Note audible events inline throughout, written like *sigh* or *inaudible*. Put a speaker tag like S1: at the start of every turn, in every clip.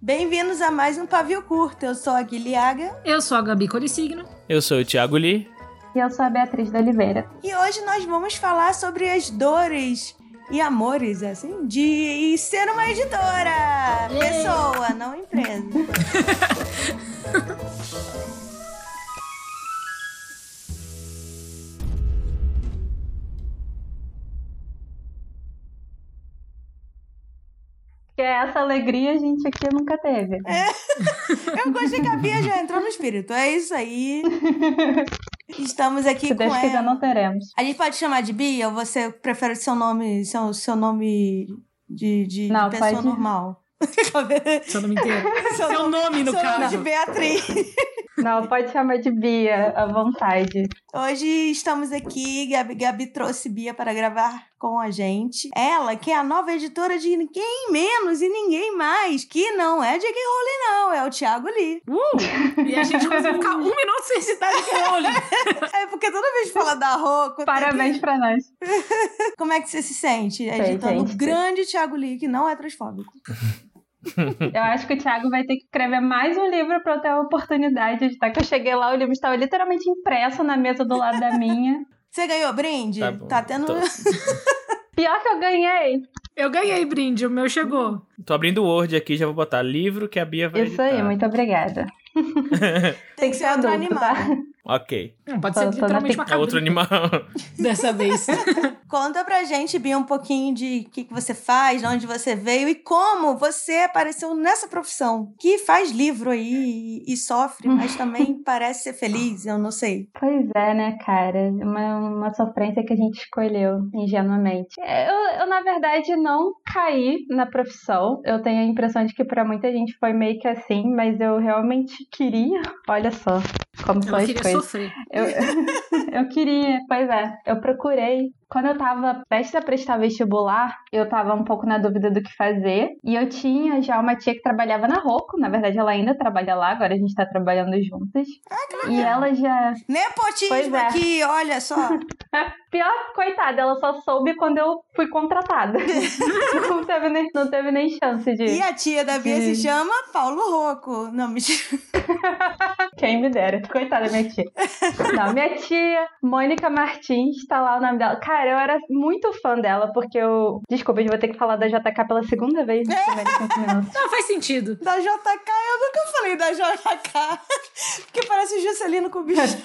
S1: Bem-vindos a mais um Pavio Curto. Eu sou a Guilhaga.
S2: Eu sou a Gabi Colissigno.
S3: Eu sou o Thiago Lee.
S4: E eu sou a Beatriz da Oliveira.
S1: E hoje nós vamos falar sobre as dores e amores, assim, de ser uma editora.
S2: Yay!
S1: Pessoa, não empresa.
S4: Porque essa alegria a gente aqui nunca teve.
S1: É, Eu gostei que a Bia já entrou no espírito. É isso aí. Estamos aqui
S4: Se
S1: com
S4: Deus quiser,
S1: ela.
S4: não teremos.
S1: A gente pode chamar de Bia ou você prefere seu nome, seu, seu nome de, de, de
S4: Não,
S1: pessoa
S4: pode-
S1: normal?
S2: Seu nome inteiro.
S1: Seu
S2: Seu nome, no
S1: seu nome de
S2: caso.
S1: Beatriz.
S4: Não, pode chamar de Bia à vontade.
S1: Hoje estamos aqui, Gabi, Gabi trouxe Bia para gravar com a gente. Ela, que é a nova editora de ninguém menos e ninguém mais, que não é J.K. Rowling, não, é o Thiago
S2: *laughs*
S1: Lee.
S2: Uh! E a gente conseguiu ficar um minuto sem citar de Rowling.
S1: É porque toda vez que fala da Roco,
S4: Parabéns pra nós.
S1: *laughs* como é que você se sente editando
S4: gente.
S1: o grande Thiago Lee, que não é transfóbico?
S4: Eu acho que o Thiago vai ter que escrever mais um livro pra eu ter a oportunidade de estar. Que eu cheguei lá, o livro estava literalmente impresso na mesa do lado da minha.
S1: Você ganhou brinde? Tá
S3: bom.
S1: tendo. *laughs*
S3: Tô,
S4: Pior que eu ganhei.
S2: Eu ganhei brinde, o meu chegou.
S3: tô abrindo o Word aqui, já vou botar livro que a Bia vai
S4: Isso
S3: editar.
S4: aí, muito obrigada.
S1: Tem que ser outro animal.
S4: tá?
S3: Ok.
S2: Não, pode
S4: Tô-
S2: ser
S4: tô na
S2: literalmente uma
S3: É outro
S2: cabrita
S3: animal. *laughs*
S2: dessa vez.
S1: Conta pra gente, Bia, um pouquinho de o que, que você faz, de onde você veio e como você apareceu nessa profissão. Que faz livro aí e, e sofre, mas também parece ser feliz, eu não sei.
S4: Pois é, né, cara? Uma, uma sofrência que a gente escolheu ingenuamente. É, Eu, eu, na verdade, não caí na profissão. Eu tenho a impressão de que pra muita gente foi meio que assim, mas eu realmente queria. Olha só como são
S2: Ela
S4: as
S2: queria
S4: coisas.
S2: sofrer.
S4: Eu, *laughs* eu queria, pois é. Eu procurei. Quando eu tava prestes a prestar vestibular, eu tava um pouco na dúvida do que fazer. E eu tinha já uma tia que trabalhava na Roco. Na verdade, ela ainda trabalha lá, agora a gente tá trabalhando juntas.
S2: Ah,
S4: e ela já. Pois
S1: Nepotismo
S4: é.
S1: aqui, olha só.
S4: Pior, coitada, ela só soube quando eu
S1: *laughs*
S4: fui contratada. não, teve nem, não teve nem chance de.
S1: E a tia da Bia se
S4: Sim.
S1: chama Paulo Rocco. Não, mentira.
S4: Quem me dera, coitada
S1: *laughs*
S4: minha tia. Não, minha tia, Mônica Martins, tá lá o nome dela. Cara, eu era muito fã dela, porque eu. Desculpa, eu vou ter que falar da JK pela segunda vez né, nos primeiros
S1: *laughs*
S4: cinco minutos.
S2: Não, faz sentido.
S1: Da JK, eu nunca falei da JK. *laughs* Porque parece o Juscelino com o bicho.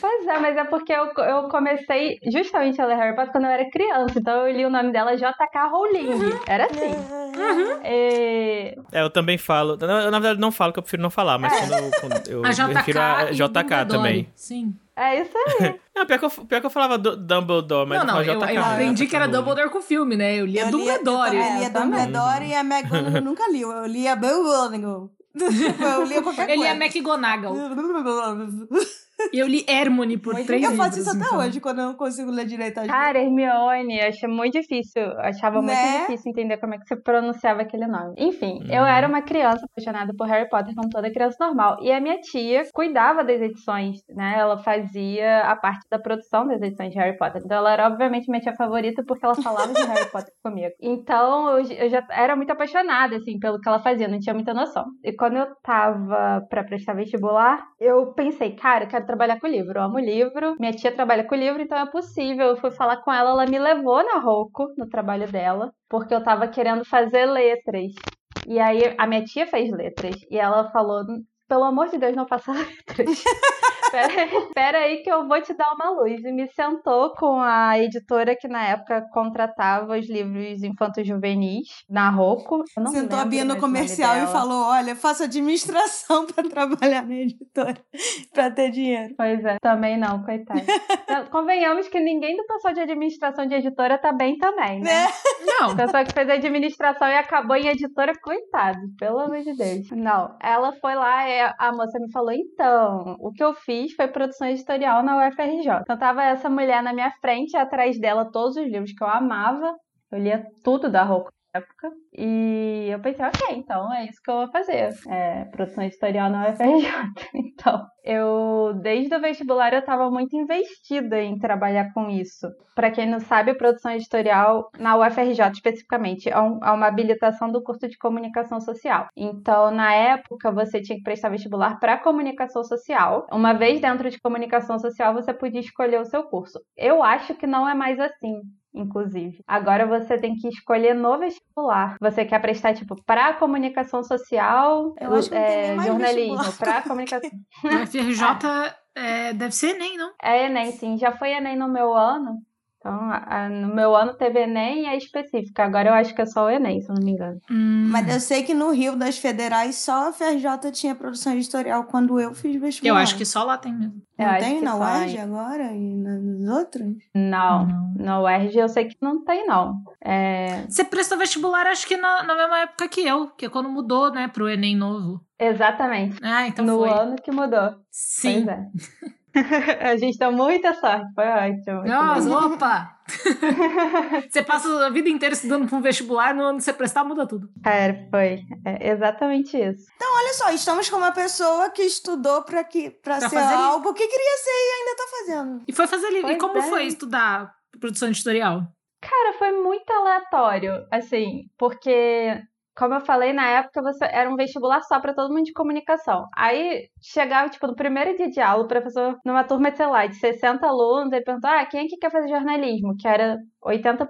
S4: Pois é, mas é porque eu, eu comecei justamente a ler Harry Potter quando eu era criança, então eu li o nome dela JK Rowling. Era assim. E-
S3: É, eu também falo. Na, eu, na verdade, não falo, que eu prefiro não falar, mas quando eu- quando
S2: É.
S3: eu,
S2: *laughs* A
S3: eu
S2: JK.
S3: prefiro a
S2: e
S3: JK
S2: Dumbledore.
S3: também.
S2: Sim.
S4: É isso aí.
S3: Não, pior que eu, pior que eu falava do- Dumbledore, mas
S2: não, não,
S3: mas
S2: eu,
S3: JK.
S2: eu
S3: né?
S2: aprendi que era Dumbledore com o filme, né? Eu lia Dumbledore.
S1: Eu É, lia
S4: eu também.
S1: Dumbledore e a McGonagall nunca liu. Eu lia Bullwanigal. *laughs* Eu lia qualquer
S2: Eu lia
S1: coisa.
S2: é McGonagall.
S1: *laughs* Eu
S2: E eu li Hermione por três livros.
S1: faço isso até
S2: então.
S1: hoje, quando eu não consigo ler direito. às vezes.
S4: Cara, Hermione, eu achei muito difícil. Eu achava
S1: Né?
S4: muito difícil entender como é que se pronunciava aquele nome. Enfim, eu era uma criança apaixonada por Harry Potter, como toda criança normal. E a minha tia cuidava das edições, né? Ela fazia a parte da produção das edições de Harry Potter. Então ela era, obviamente, minha tia favorita porque ela falava de Harry Potter *laughs* comigo. Então eu, j- eu já era muito apaixonada, assim, pelo que ela fazia, não tinha muita noção. E quando eu tava pra prestar vestibular, eu pensei, cara, eu quero trabalhar com livro, eu amo livro. Minha tia trabalha com livro, então é possível. Eu fui falar com ela, ela me levou na Roco, no trabalho dela, porque eu tava querendo fazer letras. E aí a minha tia fez letras e ela falou: pelo amor de Deus, não faça *laughs* letras. Pera, pera aí que eu vou te dar uma luz. E me sentou com a editora que na época contratava os livros infantos juvenis na Roco. Eu não
S1: Sentou a
S4: lembro
S1: Bia no
S4: mais o nome
S1: comercial e
S4: dela.
S1: falou: Olha, faço administração *laughs* pra trabalhar na editora, pra ter dinheiro.
S4: Pois é, também
S1: *laughs*
S4: não, coitado. Não, convenhamos que ninguém do pessoal de administração de editora tá bem também, né?
S1: Né?
S2: Não,
S4: A pessoa que fez administração e acabou em editora, coitado, pelo amor de Deus. Não, ela foi lá e a moça me falou: então, o que eu fiz foi produção editorial na UFRJ. Então tava essa mulher na minha frente, atrás dela todos os livros que eu amava. Eu lia tudo da Rocco. época. E eu pensei, ok, então é isso que eu vou fazer. É, produção editorial na UFRJ. *laughs* Então, eu, desde o vestibular, eu estava muito investida em trabalhar com isso. Para quem não sabe, produção editorial na UFRJ especificamente é, um- é uma habilitação do curso de comunicação social. Então, na época, você tinha que prestar vestibular para comunicação social. Uma vez dentro de comunicação social, você podia escolher o seu curso. Eu acho que não é mais assim inclusive. Agora você tem que escolher no vestibular. Você quer prestar, tipo, pra comunicação social, é,
S1: Eu acho que não tem nem mais
S4: jornalismo,
S1: vestibular.
S4: pra comunicação.
S2: O FRJ é, deve ser Enem, não?
S4: É Enem, sim. Já foi Enem no meu ano. Então, a- a- no meu ano teve Enem e é específica. Agora eu acho que é só o Enem, se eu não me engano.
S2: Hum,
S1: Mas eu sei que no Rio das Federais só a FRJ tinha produção editorial quando eu fiz vestibular.
S2: eu acho que só lá tem mesmo.
S4: Eu
S1: não
S4: acho
S1: tem
S4: que
S1: na
S4: só,
S1: UERJ
S4: hein?
S1: agora e na- nos outros?
S4: Não.
S2: Não.
S4: Na UERJ eu sei que não tem, não. É,
S2: Você prestou vestibular, acho que na, na mesma época que eu, que é quando mudou, né, pro Enem novo.
S4: Exatamente.
S2: Ah, então
S4: no
S2: foi.
S4: ano que mudou.
S2: Sim.
S4: Pois é. *laughs* a gente deu muita sorte. Foi ótimo.
S2: Nossa, opa! *laughs* você passa a vida inteira estudando pra um vestibular, no ano que você prestar, muda tudo.
S4: Cara, foi. É exatamente isso.
S1: Olha só, estamos com uma pessoa que estudou pra, que, pra,
S2: Pra
S1: ser
S2: fazer isso.
S1: algo que queria ser e ainda tá fazendo.
S2: E foi fazer livro. E
S4: Pois
S2: como
S4: é.
S2: foi estudar produção editorial?
S4: Cara, foi muito aleatório, assim, porque, como eu falei, na época você era um vestibular só pra todo mundo de comunicação. Aí chegava, tipo, no primeiro dia de aula, o professor, numa turma, de, sei lá, de 60 alunos, ele perguntou: ah, quem é que quer fazer jornalismo? Que era 80%.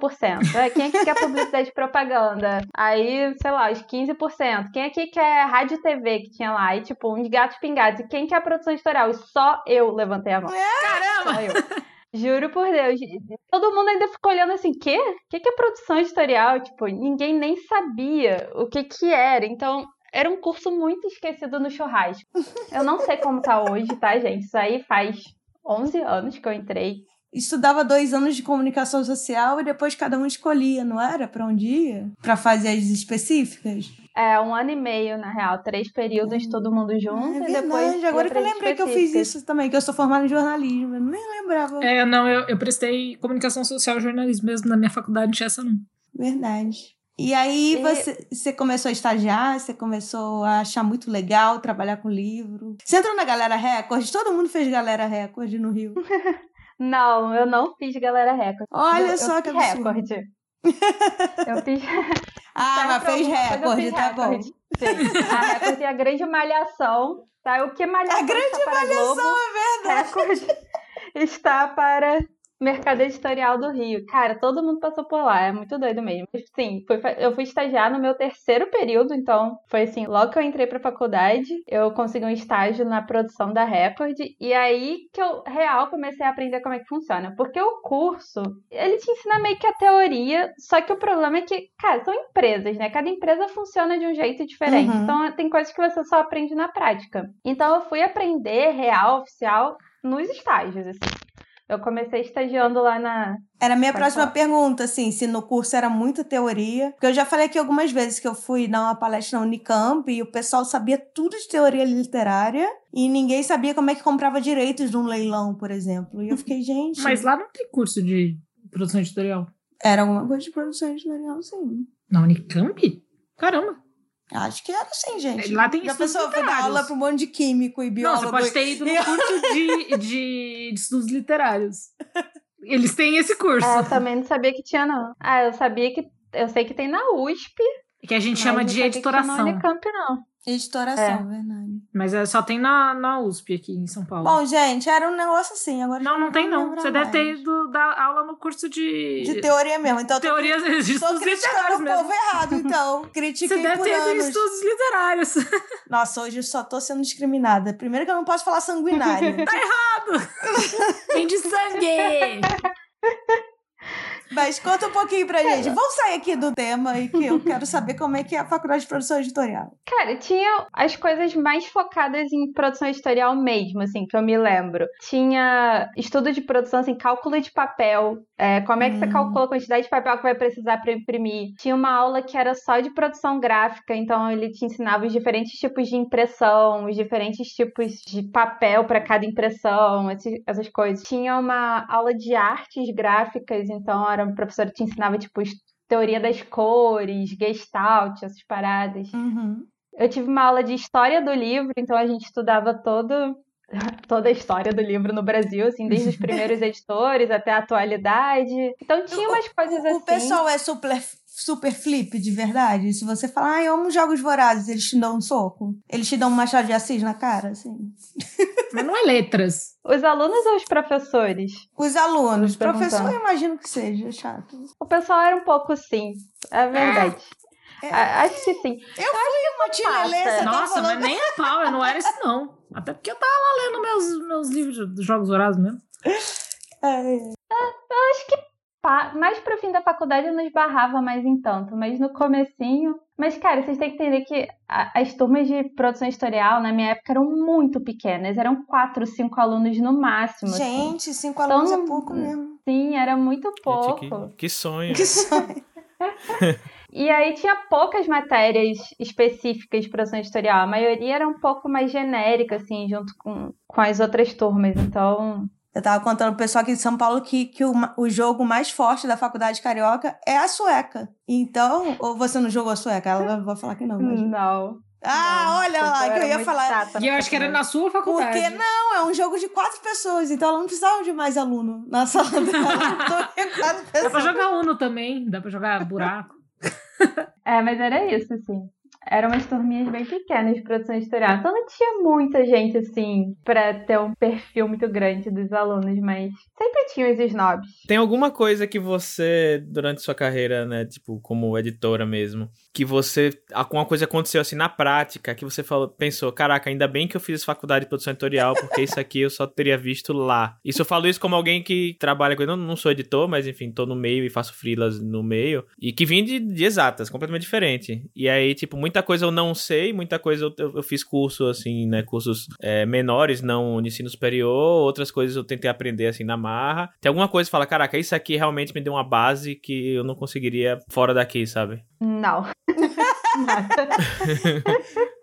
S4: Ah, quem é que quer publicidade e propaganda? Aí, sei lá, os 15%. Quem é que quer rádio e TV que tinha lá? E, tipo, uns gatos pingados. E quem quer produção editorial? E só eu levantei a mão.
S2: Caramba!
S4: Só eu. Juro por Deus. Todo mundo ainda ficou olhando assim, quê? O que que é produção editorial? Tipo, ninguém nem sabia o que que era. Então, era um curso muito esquecido
S1: *laughs*
S4: no churrasco. Eu não sei como tá hoje, tá, gente? Isso aí faz 11 anos que eu entrei.
S1: Estudava dois anos de comunicação social e depois cada um escolhia, não era? Pra um dia? Pra fazer as específicas?
S4: É, um ano e meio, na real. Três períodos, todo mundo junto.
S1: é
S4: e depois
S1: verdade, agora
S4: ia
S1: que eu
S4: pras
S1: lembrei que eu fiz
S4: específicas.
S1: isso também, que eu sou formada em jornalismo, eu nem lembrava.
S2: É, não, eu, eu prestei comunicação social e jornalismo mesmo na minha faculdade, não tinha essa não.
S1: Verdade. E aí
S4: E-
S1: Você, você começou a estagiar, você começou a achar muito legal trabalhar com livro. Você entrou na Galera Record? Todo mundo fez Galera Record no
S4: *laughs*
S1: Rio.
S4: Não, eu não fiz Galera Record.
S1: Olha
S4: eu,
S1: só
S4: eu
S1: que
S4: fiz
S1: absurdo.
S4: recorde.
S1: *laughs*
S4: eu fiz
S1: Ah,
S4: Saiu
S1: mas
S4: pra
S1: fez
S4: alguma coisa, eu
S1: recorde,
S4: fiz
S1: tá bom.
S4: recorde. Sim, a Record é a grande malhação. Tá? O que malhação
S1: A grande
S4: está para a Globo,
S1: é
S4: Record está para Mercado Editorial do Rio. Cara, todo mundo passou por lá, é muito doido mesmo. Mas, Sim, fui fa- eu fui estagiar no meu terceiro período, então foi assim, logo que eu entrei pra faculdade, eu consegui um estágio na produção da Record, e aí que eu, real, comecei a aprender como é que funciona. Porque o curso, ele te ensina meio que a teoria, só que o problema é que, cara, são empresas, né? Cada empresa funciona de um jeito diferente.
S1: Uhum.
S4: Então, tem coisas que você só aprende na prática. Então, eu fui aprender real, oficial, nos estágios, assim. Eu comecei estagiando lá na.
S1: Era a minha
S4: Pode
S1: próxima
S4: falar.
S1: pergunta, assim, se no curso era muita teoria. Porque eu já falei aqui algumas vezes que eu fui dar uma palestra na Unicamp e o pessoal sabia tudo de teoria literária e ninguém sabia como é que comprava direitos de um leilão, por exemplo. E eu
S2: *laughs*
S1: fiquei, gente,
S2: Mas lá não tem curso de produção editorial.
S1: era alguma coisa de produção editorial, sim.
S2: Na Unicamp? Caramba.
S1: Acho que era sim, gente.
S2: Lá tem
S1: Já
S2: estudos
S1: pensou, eu fui dar
S2: literários.
S1: aula para um monte de químico e
S2: Não,
S1: biólogo.
S2: você pode ter ido no curso
S1: *laughs*
S2: de, de, de estudos literários. Eles têm esse curso.
S4: Ah, eu também não sabia que tinha, não. Ah, eu sabia que. Eu sei que tem na USP.
S2: Que a gente
S4: mas
S2: chama
S4: não
S2: de
S4: sabia que tinha
S2: editoração.
S4: Na Unicamp, não.
S1: Editoração, verdade.
S2: Mas é, só tem na, na USP aqui em São Paulo.
S1: Bom, gente, era um negócio assim. Agora
S2: não, não tem não.
S1: lembro
S2: Você deve ter
S1: mais.
S2: ido dar aula no curso de,
S1: De teoria mesmo. Então, eu tô
S2: teorias de
S1: Tô
S2: estudos
S1: criticando
S2: literários
S1: o
S2: mesmo.
S1: povo errado, então.
S2: *laughs* Você
S1: Critiquei
S2: deve
S1: por
S2: ter ido em
S1: anos.
S2: estudos
S1: *laughs*
S2: literários.
S1: Nossa, hoje eu só tô sendo discriminada. Primeiro que eu não posso falar
S2: *laughs*
S1: sanguinário. né?
S2: Vem de sangue!
S1: Mas conta um pouquinho pra gente. Vamos sair aqui do tema e que eu quero saber como é que é a faculdade de produção editorial.
S4: Cara, tinha as coisas mais focadas em produção editorial mesmo, assim, que eu me lembro. Tinha estudo de produção, assim, cálculo de papel. é, como é que você
S1: Hum.
S4: calcula a quantidade de papel que vai precisar pra imprimir? Tinha uma aula que era só de produção gráfica, então ele te ensinava os diferentes tipos de impressão, os diferentes tipos de papel pra cada impressão, esse- essas coisas. Tinha uma aula de artes gráficas, então era um professor que te ensinava, tipo, teoria das cores, gestalt, essas paradas.
S1: Uhum.
S4: Eu tive uma aula de história do livro, então a gente estudava todo, *laughs* toda a história do livro no Brasil, assim, desde os
S1: *laughs*
S4: primeiros editores até a atualidade. Então tinha umas coisas assim.
S1: O pessoal é super, super flip de verdade? Se você falar, ah, eu amo jogos vorazes, eles te dão um soco? Eles te dão um machado de assis na cara, assim?
S2: *laughs* Mas não é letras.
S4: Os alunos ou os professores?
S1: Os alunos,
S4: Tô
S1: professor,
S4: perguntando.
S1: eu imagino que seja chato.
S4: O pessoal era um pouco sim, é verdade.
S1: É.
S4: A- Acho que sim.
S1: Eu fui uma tilelê,
S4: passa.
S1: você tá
S2: Nossa,
S1: falando...
S2: mas nem a pau, eu não era isso não. Até porque eu tava lá lendo meus, meus livros dos Jogos Horazes mesmo.
S1: É.
S4: Pa- Mais pro fim da faculdade eu não esbarrava mais em tanto, mas no comecinho. Mas, cara, vocês têm que entender que a- as turmas de produção historial na minha época eram muito pequenas, eram quatro, cinco alunos no
S2: é
S4: máximo. assim.
S1: Gente, cinco alunos
S4: Então,
S1: é pouco mesmo.
S4: Sim, era muito pouco.
S3: Gente, que,
S2: *laughs*
S3: que sonho.
S1: Que sonho.
S4: E aí tinha poucas matérias específicas de produção editorial. A maioria era um pouco mais genérica, assim, junto com, com as outras turmas. Então,
S1: Eu tava contando pro pessoal aqui de São Paulo que, que o, ma- o jogo mais forte da faculdade carioca é a sueca. Então, ou você não jogou a sueca? Ela vai falar que não. mas-
S4: Hum, não.
S1: Hum. Ah,
S4: não,
S1: olha lá,
S4: eu
S1: que eu
S4: era
S1: ia
S4: muito
S1: falar.
S4: chata assim.
S2: E eu acho que era na sua faculdade.
S1: Tá Porque não, é um jogo de quatro pessoas, então ela não precisava de mais aluno na sala dela. *laughs* Então, é quatro
S2: Dá pra
S1: pessoas.
S2: jogar Uno também, dá pra jogar buraco.
S4: É, mas era isso, assim. Eram umas turminhas bem pequenas de produção editorial. Então não tinha muita gente, assim, pra ter um perfil muito grande dos alunos, mas sempre tinha os snobs.
S3: Tem alguma coisa que você, durante sua carreira, né, tipo, como editora mesmo, que você, alguma coisa aconteceu assim na prática, que você falou, pensou, caraca, ainda bem que eu fiz faculdade de produção editorial, porque isso aqui eu só teria visto lá. Isso eu falo isso como alguém que trabalha com, não, não sou editor, mas enfim, tô no meio e faço freelas no meio, e que vim de, de exatas, completamente diferente. E aí, tipo, muita coisa eu não sei, muita coisa eu, eu- eu fiz curso, assim, né, cursos é, menores, não de ensino superior, outras coisas eu tentei aprender assim na marra. Tem alguma coisa que fala, caraca, isso aqui realmente me deu uma base que eu não conseguiria fora daqui, sabe?
S4: Não. *laughs*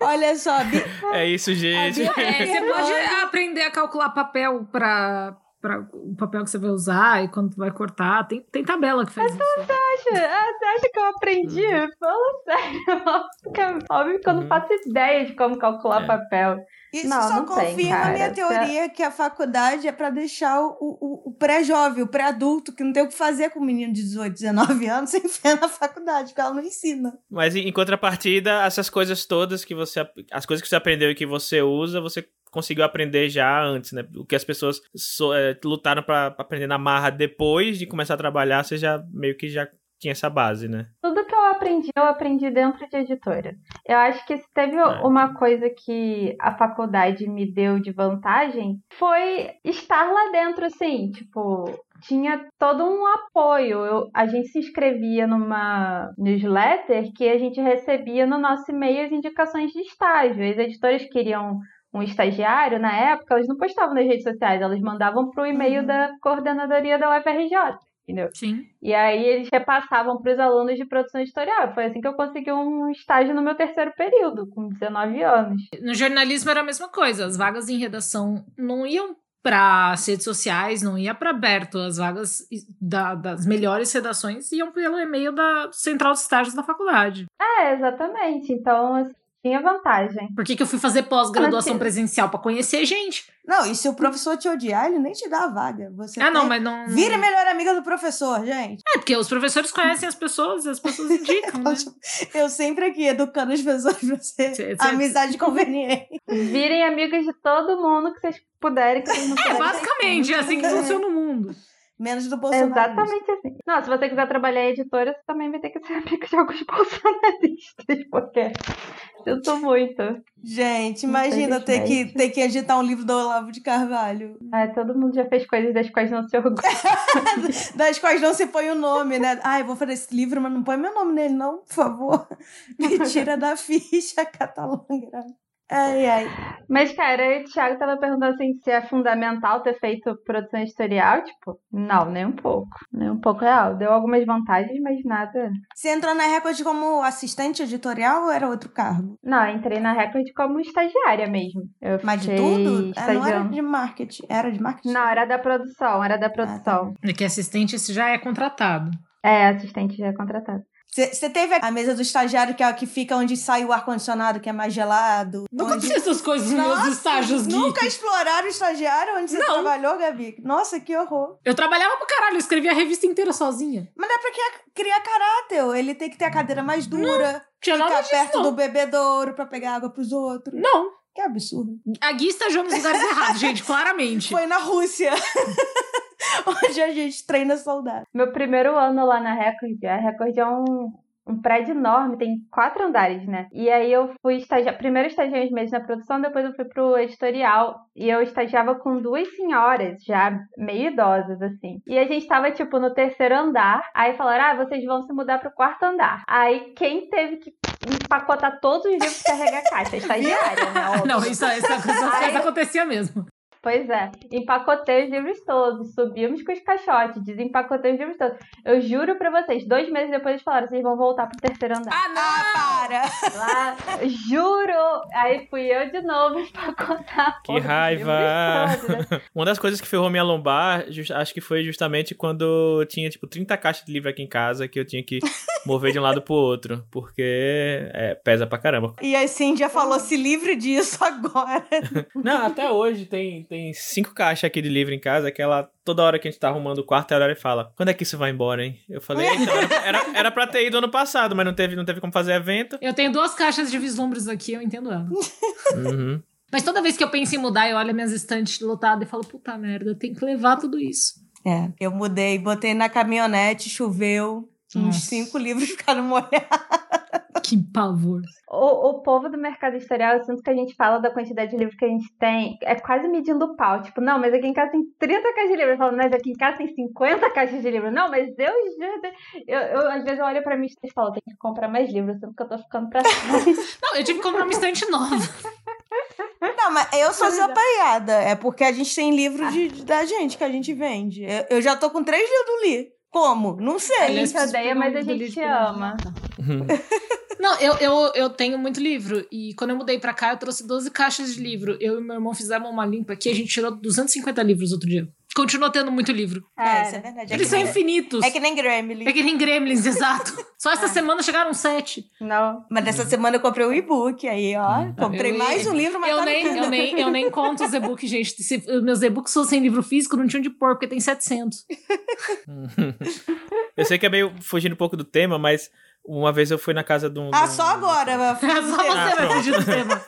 S1: Olha só, Bi-
S3: É isso, gente.
S1: A Bia-
S2: *laughs* É, você pode aprender a calcular papel pra, pra o papel que você vai usar e quando vai cortar. Tem, tem tabela que faz isso.
S4: Acha- ah, Você acha que eu aprendi? Fala sério. *laughs* Fica Óbvio que eu não
S3: Uhum.
S4: faço ideia de como calcular
S3: É.
S4: papel.
S1: isso
S4: Não,
S1: só
S4: não tem,
S1: confirma a minha
S4: cara.
S1: teoria que a faculdade é pra deixar o, o, o pré-jovem, o pré-adulto, que não tem o que fazer com o menino de 18, 19 anos, *laughs* sem fé na faculdade, porque ela não ensina.
S3: Mas em em contrapartida, essas coisas todas que você. ap- As coisas que você aprendeu e que você usa, você conseguiu aprender já antes, né? O que as pessoas so- é, lutaram pra pra aprender na marra depois de começar a trabalhar, você já meio que já tinha essa base, né?
S4: Tudo que eu aprendi, eu aprendi dentro de editora. Eu acho que se teve
S3: Ah.
S4: uma coisa que a faculdade me deu de vantagem, foi estar lá dentro, assim, tipo, tinha todo um apoio. Eu- a gente se inscrevia numa newsletter que a gente recebia no nosso e-mail as indicações de estágio. As editoras queriam um estagiário, na época, elas não postavam nas redes sociais, elas mandavam pro e-mail
S1: Uhum.
S4: da coordenadoria da UFRJ, entendeu?
S2: Sim.
S4: E aí eles repassavam para os alunos de produção editorial. Foi assim que eu consegui um estágio no meu terceiro período, com 19 anos.
S2: No jornalismo era a mesma coisa. As vagas em redação não iam para as redes sociais, não ia para aberto. As vagas i- da- das melhores redações iam pelo e-mail da central de estágios da faculdade.
S4: É, exatamente. Então, assim, tinha vantagem.
S2: Por que, que eu fui fazer pós-graduação
S4: Mas-
S2: presencial? Pra conhecer gente.
S1: Não, e se o professor te odiar, ele nem te dá a vaga. Você
S2: ah, não,
S1: tem-
S2: mas não.
S1: Vira melhor amiga do professor, gente. *laughs*
S2: É, porque os professores conhecem as pessoas e as pessoas indicam, né?
S1: Eu sempre aqui educando as pessoas pra ser
S2: Cê- cê-
S1: amizade conveniente. *laughs*
S4: Virem amigos de todo mundo que vocês puderem. Que vocês não
S2: *laughs* É,
S4: puderem.
S2: basicamente, né? é assim que
S1: É.
S2: funciona o mundo.
S1: Menos do
S4: É
S1: Bolsonaro.
S4: Exatamente assim. Não, se você quiser trabalhar em editora, você também vai ter que ser *laughs* amigo de alguns bolsonaristas, porque sinto muito.
S1: Gente, imagina ter que, ter que editar um livro do Olavo de Carvalho.
S4: Ah, todo mundo já fez coisas das quais não se orgulha.
S1: Das quais não se põe o nome, né? Ai, vou fazer esse livro, mas não põe meu nome nele, não, por favor. *laughs* Me tira da ficha, *laughs* catalongra. Ai, ai.
S4: Mas, cara, o Thiago tava perguntando assim, se é fundamental ter feito produção editorial, tipo, não, nem um pouco. Nem um pouco real. Deu algumas vantagens, mas nada.
S1: Você entrou na Record como assistente editorial ou era outro cargo?
S4: Não, eu entrei na Record como estagiária mesmo. Eu
S1: Mas de
S4: fiquei
S1: tudo? É, não era
S4: Estagiando.
S1: de marketing. Era de marketing? Ah, tá.
S4: Não, era da produção, era da produção.
S2: É que assistente esse já é contratado.
S4: É, assistente já é contratado.
S1: Você teve a mesa do estagiário, que é a que fica onde sai o ar-condicionado, que é mais gelado.
S2: Nunca
S1: onde...
S2: fiz essas coisas nos
S1: Nossa,
S2: meus estágios, Gui.
S1: Nunca exploraram o estagiário onde você
S2: Não.
S1: trabalhou, Gabi? Nossa, que horror.
S2: Eu trabalhava pra caralho, eu escrevia a revista inteira sozinha.
S1: Mas não é pra criar, criar caráter. Ele tem que ter a cadeira mais dura,
S2: Tinha nada
S1: ficar
S2: disso,
S1: perto
S2: não.
S1: do bebedouro pra pegar água pros outros.
S2: Não,
S1: Que absurdo.
S2: a Gui estagiou nos lugares errados, gente, claramente.
S1: Foi na Rússia. *laughs* Onde a gente treina soldado.
S4: Meu primeiro ano lá na Record, a Record é um, um prédio enorme, tem quatro andares, né? E aí eu fui estagiar, primeiro estagiei uns meses na produção, depois eu fui pro editorial. E eu estagiava com duas senhoras, já meio idosas, assim. E a gente tava, tipo, no terceiro andar, aí falaram, ah, vocês vão se mudar pro quarto andar. Aí quem teve que empacotar todos os livros e carregar a caixa? A Estagiária, né? Óbvio.
S2: Não, isso, isso, essas coisas acontecia mesmo.
S4: Pois é, empacotei os livros todos, subimos com os caixotes, desempacotei os livros todos. Eu juro pra vocês, dois meses depois eles falaram, vocês vão voltar pro
S3: *laughs*
S4: terceiro andar.
S2: Ah, não!
S1: para!
S4: Lá, juro! Aí fui eu de novo *laughs* empacotar.
S3: Que
S4: porra dos
S3: raiva!
S4: livros todos, né?
S3: Uma das coisas que ferrou minha lombar, ju- acho que foi justamente quando eu tinha, tipo, 30 caixas de livro aqui em casa que eu
S1: *laughs*
S3: tinha que mover de um lado pro outro. Porque é, pesa pra caramba.
S1: E a Cindy
S2: Hum.
S1: falou: se livre disso agora.
S3: Não, até hoje tem, tem cinco caixas aqui de livro em casa que ela, toda hora que a gente tá arrumando o quarto, ela olha e fala: Quando é que isso vai embora, hein? Eu falei: então, era, era, era pra ter ido ano passado, mas não teve, não teve como fazer evento.
S2: Eu tenho duas caixas de vislumbres aqui, eu entendo ela.
S1: Hum.
S3: Uhum.
S2: Mas toda vez que eu penso em mudar, eu olho minhas estantes lotadas e falo, puta merda, eu tenho que levar tudo isso.
S1: É, eu mudei, botei na caminhonete, choveu. Uns
S2: Nossa.
S1: cinco livros *laughs* ficaram molhados.
S2: Que pavor.
S4: O, o povo do mercado editorial, eu sinto que a gente fala da quantidade de livros que a gente tem, é quase medindo o pau. Tipo, não, mas aqui em casa tem 30 caixas de livros. Eu falo, mas aqui em casa tem 50 caixas de livros. Não, mas eu juro. Eu, eu- às vezes eu olho pra mim e falo, tem que comprar mais livros, eu sinto que eu tô ficando pra trás.
S2: Não, eu tive que comprar uma estante nova.
S1: Não, mas eu sou
S4: Pois é.
S1: desapaiada. É porque a gente tem livro de- de- da gente que a gente vende. Eu, eu já tô com três livros do Li. Como? Não
S4: A
S1: sei.
S2: é
S4: Aliás, gente odeia, mas a gente te ama.
S2: Não, eu, eu, eu tenho muito livro. E quando eu mudei pra cá, eu trouxe 12 caixas de livro. Eu e meu irmão fizemos uma limpa aqui, a gente tirou 250 livros outro dia. Continua tendo muito livro.
S1: É, isso é verdade. É que,
S2: Eles são
S1: nem,
S2: infinitos.
S1: é que nem É. Gremlin.
S2: É que
S1: *laughs*
S2: nem gremlins, exato. Só essa semana chegaram sete.
S4: Não.
S1: Mas dessa semana eu comprei um e-book, aí, ó. Comprei
S2: Hum. Eu-
S1: mais um livro, mas
S2: Eu
S1: tá no
S2: nem, eu,
S1: Kindle.
S2: nem, eu nem conto
S1: *laughs*
S2: os e-books, gente. Se meus e-books fossem livro físico, não tinham de pôr, porque tem *laughs* 700.
S3: Eu sei que é meio fugindo um pouco do tema, mas uma vez eu fui na casa de um.
S1: Ah,
S3: de um-
S1: só agora. mas-
S2: É Só Ah, você vai
S3: pronto.
S2: fugir do
S3: *laughs*
S2: tema.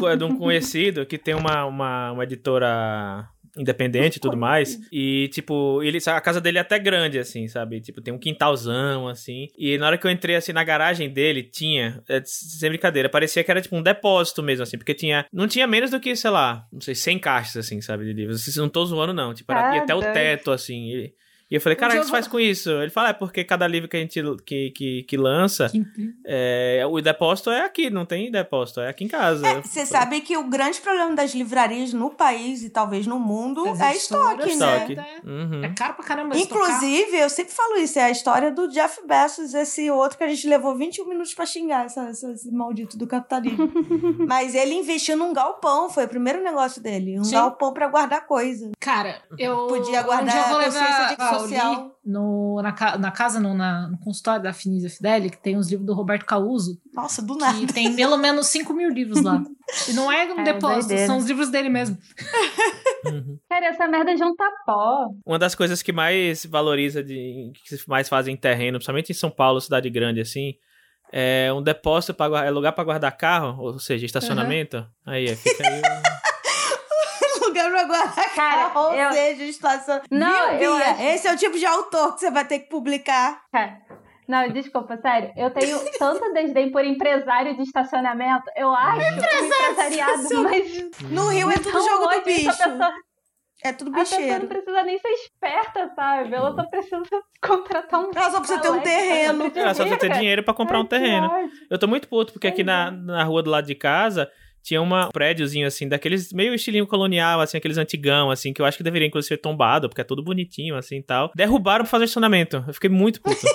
S3: co- de um conhecido que tem uma, uma, uma editora independente e tudo mais. E, tipo, ele, a casa dele é até grande, assim, sabe? Tipo, tem um quintalzão, assim. E na hora que eu entrei, assim, na garagem dele, tinha... é, sem brincadeira, parecia que era, tipo, um depósito mesmo, assim. Porque tinha... Não tinha menos do que, sei lá, não sei, 100 caixas, assim, sabe? De livros. Assim, não tô zoando, não. Tipo, era,
S4: Ah,
S3: ia até o
S4: doido.
S3: teto, assim. E, e eu falei, cara, o que
S2: Um dia eu
S3: você faz com isso? Ele fala, é porque cada livro que a gente... Que, que, que lança, é, o depósito é aqui. Não tem depósito, é aqui em casa. Eu
S1: Você
S3: falei,
S1: sabe que o grande problema das livrarias no país e talvez no mundo
S2: Das
S1: é
S2: editoras,
S1: estoque, né?
S3: Estoque. Uhum.
S2: É caro pra caramba estocar.
S1: Inclusive, eu sempre falo isso, é a história do Jeff Bezos, esse outro que a gente levou 21 minutos pra xingar, essa, essa- esse maldito do
S4: *laughs*
S1: capitalismo. Mas ele investiu num galpão, foi o primeiro negócio dele, um
S2: Sim.
S1: galpão pra guardar coisa.
S2: Cara, eu.
S1: Podia guardar
S2: onde eu vou
S1: a consciência
S2: levar
S1: de
S2: a Oli
S1: social.
S2: No, na, ca- na casa, não, na, no consultório da Finisa Fideli, que tem os livros do Roberto Causo,
S1: Nossa, do nada.
S2: que tem pelo menos 5 mil livros lá. E não é um
S4: É,
S2: depósito,
S4: doideira.
S2: são os livros dele mesmo.
S4: Cara, essa merda um junta pó.
S3: Uma das coisas que mais valoriza, de, que mais fazem em terreno, principalmente em São Paulo, cidade grande, assim, é um depósito para é lugar pra guardar carro, ou seja, estacionamento. Aí, é, fica aí. o-
S1: *laughs* lugar pra guardar
S4: Cara,
S1: carro, ou
S4: eu-
S1: seja, estação.
S4: Não,
S1: Viu,
S4: eu
S1: Bia?
S4: acho-
S1: Esse é o tipo de autor que você vai ter que publicar.
S4: Cara, é. não, desculpa, sério. Eu tenho tanto desdém por empresário de estacionamento. Eu acho que o empresariado, mas.
S1: No Rio é tudo
S4: tão
S1: jogo do
S4: longe,
S1: bicho.
S4: A pessoa,
S1: É tudo
S4: a pessoa não
S1: bicheiro.
S4: precisa nem ser esperta, sabe? Ela só precisa contratar um.
S1: Ela só precisa ter um
S4: valete, ela
S1: terreno.
S4: precisa
S3: Era É, só você ter
S4: dinheiro.
S3: dinheiro pra comprar um
S4: Ai, que
S3: terreno.
S4: ódio.
S3: Eu tô muito puto, porque aqui na, na rua do lado de casa tinha uma- um prédiozinho, assim, daqueles meio estilinho colonial, assim, aqueles antigão, assim, que eu acho que deveria, inclusive, ser tombado, porque é tudo bonitinho, assim, e tal. Derrubaram pra fazer estacionamento. Eu fiquei muito puto.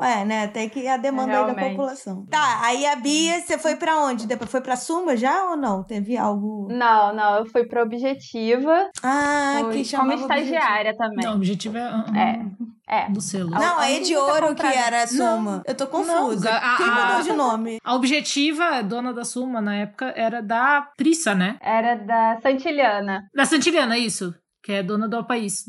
S1: Ué, né? Tem que a demanda aí da
S4: Realmente.
S1: população. Tá, aí a Bia, você foi pra onde? Depois foi pra Suma já ou não? Teve algo.
S4: Não, não, eu fui pra Objetiva
S1: Ah,
S4: fui
S1: que
S4: como
S1: chamava
S4: estagiária também.
S2: Não, o objetivo é,
S4: É, é.
S2: do selo.
S1: Não,
S4: A- a
S1: é
S4: única
S1: de ouro que
S4: contrária.
S1: era a Suma. Eu tô confusa.
S2: a-
S1: Quem
S2: a-
S1: mudou de nome?
S2: A objetiva, dona da Suma na época, era da Prissa, né?
S4: Era da Santiliana.
S2: Da Santiliana, isso. Que é dona do país.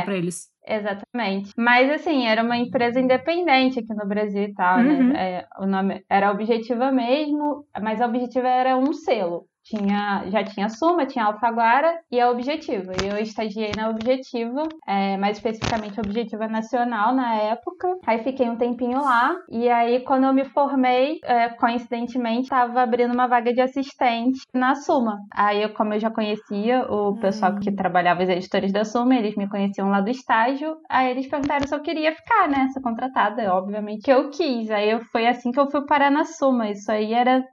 S2: É. Pra eles.
S4: Exatamente. Mas assim, era uma empresa independente aqui no Brasil e tal,
S2: Uhum.
S4: né? É, o nome era Objetiva mesmo, mas a Objetiva era um selo. Tinha, já tinha a Suma, tinha a Alfaguara e a Objetiva. E eu estagiei na Objetiva, é, mais especificamente a Objetiva Nacional na época. Aí fiquei um tempinho lá. E aí, quando eu me formei, é, coincidentemente, estava abrindo uma vaga de assistente na Suma. Aí, eu, como eu já conhecia o pessoal
S1: Hum.
S4: que trabalhava, os editores da Suma, eles me conheciam lá do estágio. Aí, eles perguntaram se eu queria ficar, né? Ser contratada, obviamente. que Eu quis. Aí, eu, foi assim que eu fui parar na Suma. Isso aí era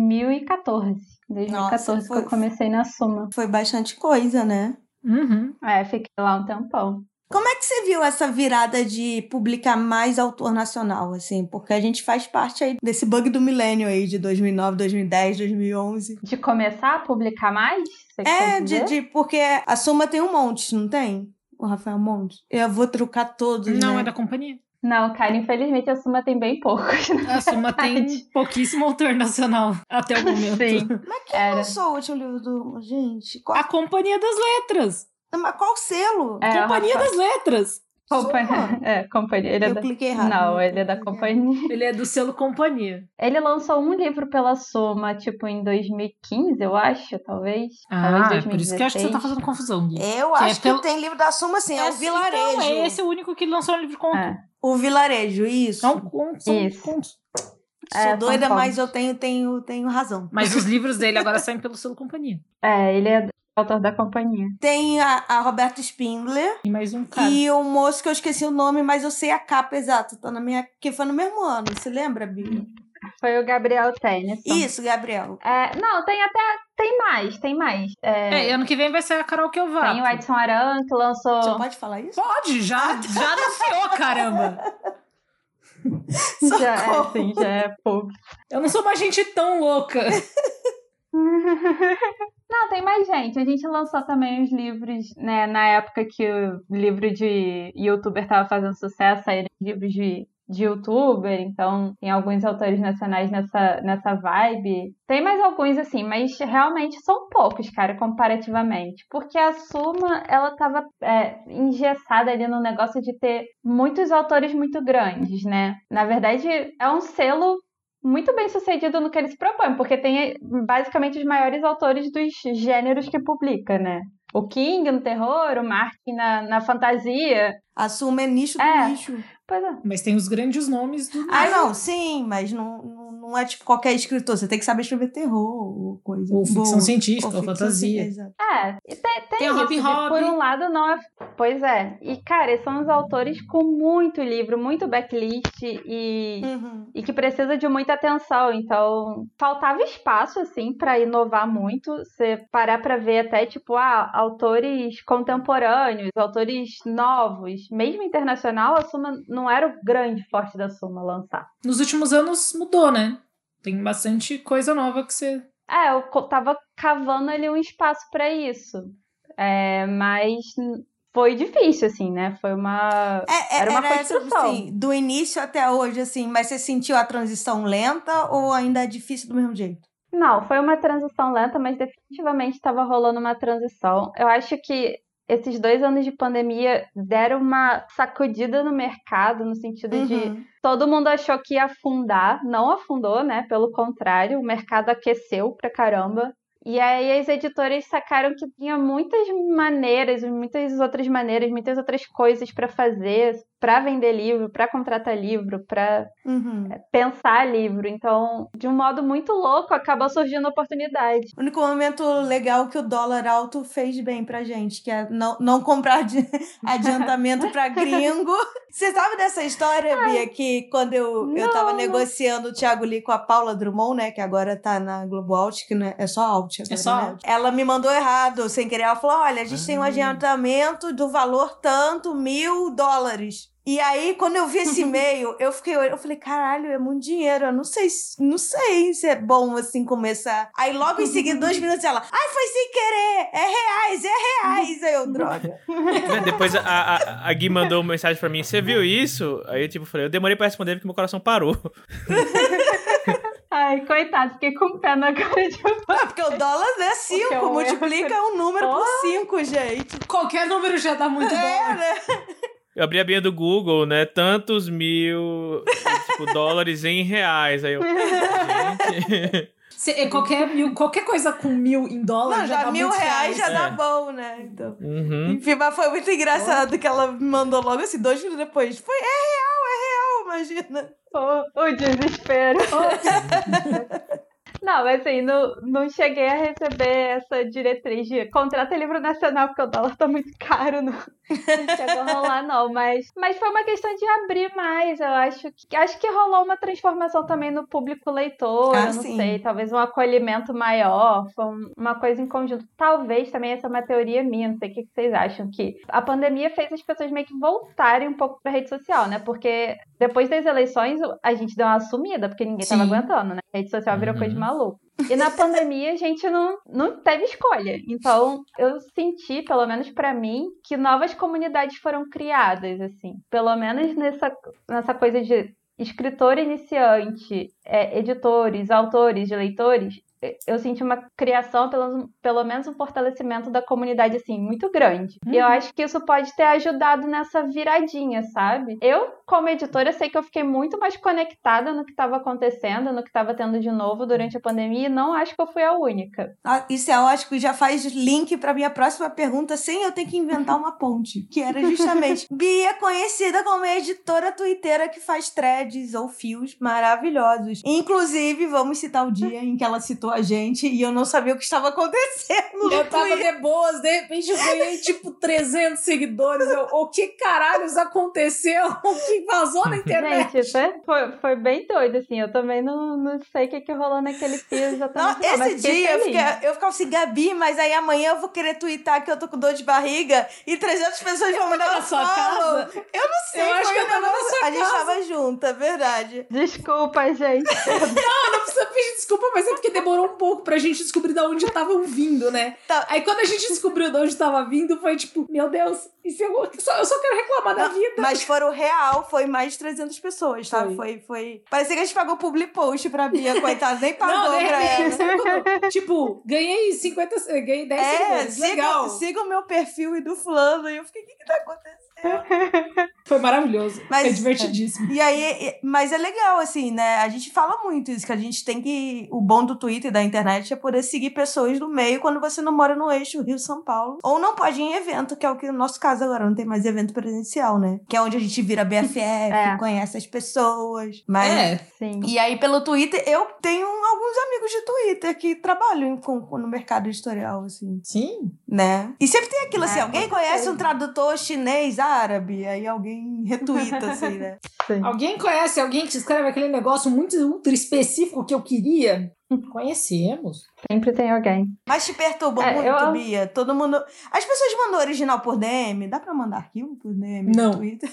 S4: 2014. 2014
S1: Nossa, foi-
S4: que eu comecei na Suma.
S1: Foi bastante coisa, né?
S2: Uhum.
S4: É, fiquei lá um tempão.
S1: Como é que você viu essa virada de publicar mais autor nacional, assim? Porque a gente faz parte aí desse bug do milênio aí, de 2009, 2010, 2011.
S4: De começar a publicar mais? Você
S1: É,
S4: quer
S1: de,
S4: dizer?
S1: de- porque a Suma tem um monte, não tem? O Rafael Monte. Eu vou trucar todos,
S2: Não,
S1: né?
S2: é da companhia.
S4: Não, cara, infelizmente a Suma tem bem poucos.
S2: A Suma tem pouquíssimo autor nacional até o momento.
S4: Sim.
S1: Mas quem
S4: Era.
S1: lançou o último livro do... Gente, qual,
S2: A Companhia das Letras.
S1: mas qual selo?
S4: É, o
S2: Companhia
S4: Rafa-
S2: das Letras.
S1: Suma. *laughs*
S4: Companhia. *laughs* É, companhia. Ele é
S1: Eu
S4: da...
S1: cliquei errado.
S4: Não,
S1: né?
S4: ele é da companhia.
S2: Ele é do selo Companhia.
S4: Ele lançou um livro pela Soma, tipo, em 2015, eu acho, talvez.
S2: Ah,
S4: talvez
S2: é por isso que eu acho que você tá
S4: 2016.
S2: fazendo confusão, Gui.
S1: Eu
S2: Que é
S1: acho que
S2: pelo-
S1: tem livro da Suma, sim. É o Vilarejo.
S2: Então, é esse o único que lançou um livro conto.
S4: É.
S1: O Vilarejo, isso.
S2: É um conto. são
S4: Isso.
S2: contos.
S1: Sou
S4: É,
S1: doida,
S4: concordo.
S1: mas eu tenho, tenho, tenho razão.
S2: Mas os livros dele agora saem pelo selo Companhia.
S4: É, ele é autor da companhia.
S1: Tem a, a Roberta Spindler
S2: E mais um cara.
S1: e o moço que eu esqueci o nome, mas eu sei a capa exata. Tá na minha. Que foi no mesmo ano, se lembra, Bia?
S4: Foi o Gabriel Tennyson.
S1: Isso, Gabriel.
S4: É, não, tem até. Tem mais, tem mais. É,
S2: É, e ano que vem vai ser a Carol Kelvato.
S4: tem o Edson Aran, que
S1: Você
S4: *laughs* lançou.
S1: pode falar
S2: *laughs*
S1: isso?
S2: Pode, já, já anunciou, caramba.
S4: Já, é,
S1: Socorro.
S4: sim, já é público.
S2: Eu não sou uma gente tão louca.
S4: Não, tem mais gente. A gente lançou também os livros, né? Na época que o livro de youtuber tava fazendo sucesso, saíram livros de, de youtuber, então tem alguns autores nacionais nessa, nessa vibe. Tem mais alguns, assim, mas realmente são poucos, cara, comparativamente. Porque a Suma, ela tava é, engessada ali no negócio de ter muitos autores muito grandes, né? Na verdade, é um selo muito bem sucedido no que ele se propõe, porque tem eh, basicamente os maiores autores dos gêneros que publica, né? O King no terror, o Martin na, na fantasia.
S1: A Suma é nicho do
S4: É.
S1: nicho.
S4: Pois é.
S2: Mas tem os grandes nomes do.
S1: Ah, não, sim, mas não, não, não é tipo qualquer escritor. Você tem que saber escrever terror ou coisa.
S2: Ou ficção
S1: boa.
S2: científica, ou,
S1: Ou ficção
S2: fantasia.
S1: ci- exato.
S4: É, e tem, tem,
S2: Tem o
S4: isso,
S2: Robin
S4: de,
S2: Hood.
S4: por um lado não é... Pois é. E, cara, são os autores com muito livro, muito backlist e...
S1: Uhum.
S4: E que precisa de muita atenção, então faltava espaço, assim, pra inovar muito. Você parar pra ver até, tipo, ah, autores contemporâneos, autores novos, mesmo internacional, a Suma não era o grande forte da Suma lançar.
S2: Nos últimos anos mudou, né? Tem bastante coisa nova que você.
S4: É, eu co- tava cavando ali um espaço pra isso, É, mas n- foi difícil, assim, né? Foi uma.
S1: É, é,
S4: Era uma
S1: essa,
S4: construção.
S1: assim, do início até hoje, assim, mas você sentiu a transição lenta ou ainda é difícil do mesmo jeito?
S4: Não, foi uma transição lenta, mas definitivamente estava rolando uma transição. Eu acho que esses dois anos de pandemia deram uma sacudida no mercado, no sentido de
S1: Uhum.
S4: todo mundo achou que ia afundar, não afundou, né? Pelo contrário, o mercado aqueceu pra caramba. E aí as editoras sacaram que tinha muitas maneiras, muitas outras maneiras, muitas outras coisas pra fazer, pra vender livro, pra contratar livro, pra
S1: Uhum.
S4: pensar livro. Então, de um modo muito louco, acaba surgindo oportunidade.
S1: O único momento legal que o dólar alto fez bem pra gente, que é não, não comprar adi- *laughs* adiantamento pra gringo. Você sabe dessa história, Bia, que quando eu, eu
S4: Não,
S1: tava
S4: não.
S1: negociando o Thiago Lee com a Paula Drummond, né, que agora tá na Globo Alt, que não é, é só Alt agora,
S2: É só
S1: né?
S2: Alt. Ah.
S1: Ela me mandou errado, sem querer. Ela falou, olha, a gente tem um
S3: Ah.
S1: adiantamento do valor tanto, mil dólares. E aí, quando eu vi esse
S2: *laughs*
S1: e-mail, eu fiquei, eu falei, caralho, é muito dinheiro. Eu não sei, se- não sei se é bom assim começar. Aí logo em seguida,
S2: *laughs*
S1: dois minutos, ela, ai, foi sem querer! É reais, é reais! Aí eu, droga.
S3: Né, Depois a, a, a Gui mandou uma mensagem pra mim, você viu isso? Aí eu tipo, falei, eu demorei pra responder porque meu coração parou.
S4: Ai, coitado, fiquei com o pé na cara de *laughs*
S1: Ah, porque o dólar é
S4: Porque é
S1: 5,
S4: um
S1: multiplica um número por 5, gente.
S2: Qualquer número já dá muito
S1: É,
S2: dólar.
S1: né?
S3: Eu abri a binha do Google, né? Tantos mil tipo, dólares em reais. Aí eu. Gente.
S2: Se- é qualquer, mil, qualquer coisa com mil em dólar
S1: Não,
S2: já, tá
S1: já
S2: dá
S1: mil
S2: muitos
S1: reais já dá
S3: É.
S1: bom, né? Então.
S3: Uhum.
S1: Enfim, mas foi muito engraçado que ela me mandou logo assim, dois minutos depois. Foi, é real, é real, imagina.
S4: O, o desespero. Não, mas assim, não, não cheguei a receber essa diretriz de contrata livro nacional, porque o dólar tá muito caro. Não, não chegou a rolar, não. Mas, mas foi uma questão de abrir mais, eu acho que. Acho que rolou uma transformação também no público leitor,
S1: Ah,
S4: eu não
S1: sim.
S4: sei, talvez um acolhimento maior, foi um- uma coisa em conjunto. Talvez também essa é uma teoria minha, não sei o que que vocês acham, que a pandemia fez as pessoas meio que voltarem um pouco pra rede social, né? Porque depois das eleições, a gente deu uma sumida, porque ninguém tava
S2: Sim.
S4: aguentando, né? A rede social virou coisa de
S3: Uhum.
S4: maluco. E na pandemia a gente não, não teve escolha. Então, eu senti, pelo menos pra mim, que novas comunidades foram criadas, assim. Pelo menos nessa, nessa coisa de escritor iniciante, é, editores, autores, leitores, é, eu senti uma criação, pelo, pelo menos um fortalecimento da comunidade, assim, muito grande. E
S1: Uhum.
S4: eu acho que isso pode ter ajudado nessa viradinha, sabe? Eu, como editora, eu sei que eu fiquei muito mais conectada no que estava acontecendo, no que estava tendo de novo durante a pandemia, e não acho que eu fui a única.
S1: Ah, Isso é ótimo, já faz link pra minha próxima pergunta, sem eu ter que inventar uma ponte. Que era justamente. Bia, é conhecida como editora twitteira que faz threads ou fios maravilhosos. Inclusive, vamos citar o dia em que ela citou a gente e eu não sabia o que estava *laughs* acontecendo. no
S2: Eu tava
S1: Twitter.
S2: de boas, de repente eu ganhei tipo 300 seguidores. Eu, o que caralhos aconteceu? *laughs* O que vazou
S1: *laughs*
S2: na internet?
S4: Gente, isso é- foi, foi bem doido, assim. Eu também não, não sei o que, que rolou naquele
S1: *laughs*
S4: piso
S1: Não,
S4: exatamente. não, mas
S1: esse
S4: fiquei
S1: dia eu,
S4: feliz.
S1: fiquei- eu ficava assim, Gabi, mas aí amanhã eu vou querer twittar que eu tô com dor de barriga e 300 pessoas vão me dar
S2: tava
S1: um
S2: na
S1: follow.
S2: sua casa?
S1: Eu não sei,
S2: Eu acho
S1: foi
S2: que eu
S1: um
S2: tava na
S1: negócio-
S2: sua
S1: A gente tava junta, é verdade.
S4: Desculpa, gente.
S2: Não precisa pedir desculpa, mas é porque demorou um pouco pra gente descobrir de onde estavam vindo, né?
S1: Tá.
S2: Aí quando a gente descobriu de onde tava vindo, foi tipo, meu Deus, isso eu, eu só, eu só quero reclamar da vida. *laughs*
S1: Mas foram real, foi mais de 300 pessoas, tá?
S2: Foi.
S1: Foi, foi. Parecia que a gente pagou public post pra Bia, coitada, nem pagou
S2: *laughs* Não, é de
S1: pra ela.
S2: repente, sabe quando, tipo, ganhei 50, eh, ganhei 10
S1: É,
S2: seguidores, legal.
S1: siga, siga o meu perfil e do fulano. E eu fiquei, o que, que tá acontecendo?
S2: Foi maravilhoso,
S1: Mas-
S2: foi divertidíssimo.
S1: E aí, e- mas é legal, assim, né? A gente fala muito isso, que a gente tem que. O bom do Twitter e da internet é poder seguir pessoas do meio quando você não mora no eixo Rio-São Paulo. Ou não pode ir em evento, que é o que no nosso caso agora não tem mais evento presencial, né? Que é onde a gente vira BFF,
S4: *laughs* É.
S1: conhece as pessoas. Mas
S4: *laughs*
S2: É,
S4: Sim.
S1: E aí, pelo Twitter, eu tenho alguns amigos de Twitter que trabalham com, com- no mercado editorial, assim,
S2: sim.
S1: né? E sempre tem aquilo, assim,
S4: É,
S1: alguém
S4: com
S1: conhece
S4: certeza.
S1: um tradutor chinês, árabe, aí alguém retuita, assim, né?
S2: Alguém conhece alguém que escreve aquele negócio muito ultra específico que eu queria? Conhecemos.
S4: Sempre tem alguém.
S1: Mas te perturba
S4: É,
S1: muito,
S4: eu-
S1: Bia. Todo mundo... As pessoas mandam original por DM. Dá pra mandar arquivo por DM
S2: Não.
S1: no Twitter?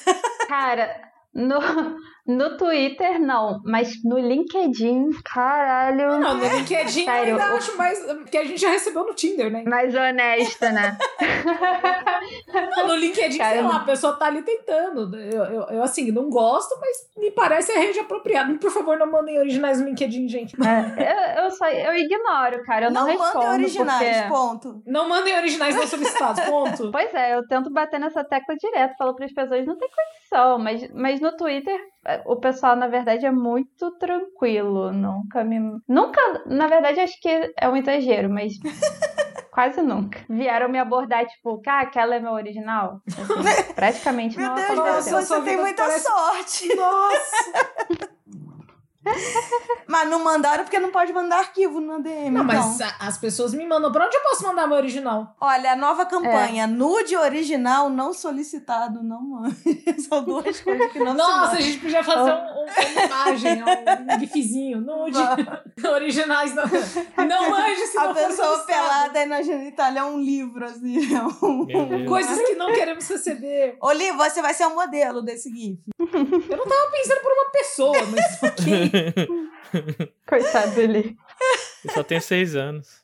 S4: Cara, no, *laughs* no Twitter não, mas no LinkedIn, caralho.
S2: Não, no LinkedIn É. eu
S4: Sério,
S2: ainda
S4: o-
S2: acho mais. Porque a gente já recebeu no Tinder, né?
S4: Mais honesta, né?
S2: Não, no LinkedIn, sei
S4: Caramba.
S2: lá, a pessoa tá ali tentando. Eu, eu, eu, assim, não gosto, mas me parece a rede apropriada. Por favor, não mandem originais no LinkedIn, gente.
S4: É, eu, eu só eu ignoro, cara. Eu não, respondo.
S1: mandem originais,
S4: porque-
S1: ponto.
S2: Não mandem originais não *laughs* solicitados, ponto.
S4: Pois é, eu tento bater nessa tecla direto, falo para as pessoas, não tem condição, mas, mas no Twitter eh, o pessoal, na verdade, é muito tranquilo. Nunca me. Nunca, na verdade, acho que é um exagero, mas quase nunca. Vieram me abordar, tipo, ah, aquela é meu original. Assim, praticamente
S1: Meu
S4: não
S1: Deus,
S2: nossa,
S1: nossa,
S4: aconteceu.
S2: sua
S1: você tem
S2: vida
S1: muita
S2: parece-
S1: sorte.
S2: Nossa!
S1: *laughs* Mas não mandaram porque não pode mandar arquivo na DM. então.
S2: Não, mas a- as pessoas me mandam. Pra onde eu posso mandar meu original?
S1: Olha, a nova campanha,
S4: É.
S1: nude original não solicitado, não mande. *laughs* São duas coisas que não se
S2: Nossa,
S1: mandam.
S2: a gente podia fazer um- um- uma imagem, ó, um gifzinho, nude. *laughs* Originais
S4: *laughs*
S2: não. Não mande se
S1: A
S2: não for
S1: pessoa
S2: solicitado.
S1: pelada aí na genitália é um livro, assim. É um...
S3: Meu Deus.
S2: Coisas que não queremos receber.
S1: Ô, Li, você vai ser o modelo desse GIF.
S2: Eu não tava pensando por uma pessoa,
S4: *laughs*
S2: mas ok.
S4: Coitado dele.
S3: Eu só tenho seis anos.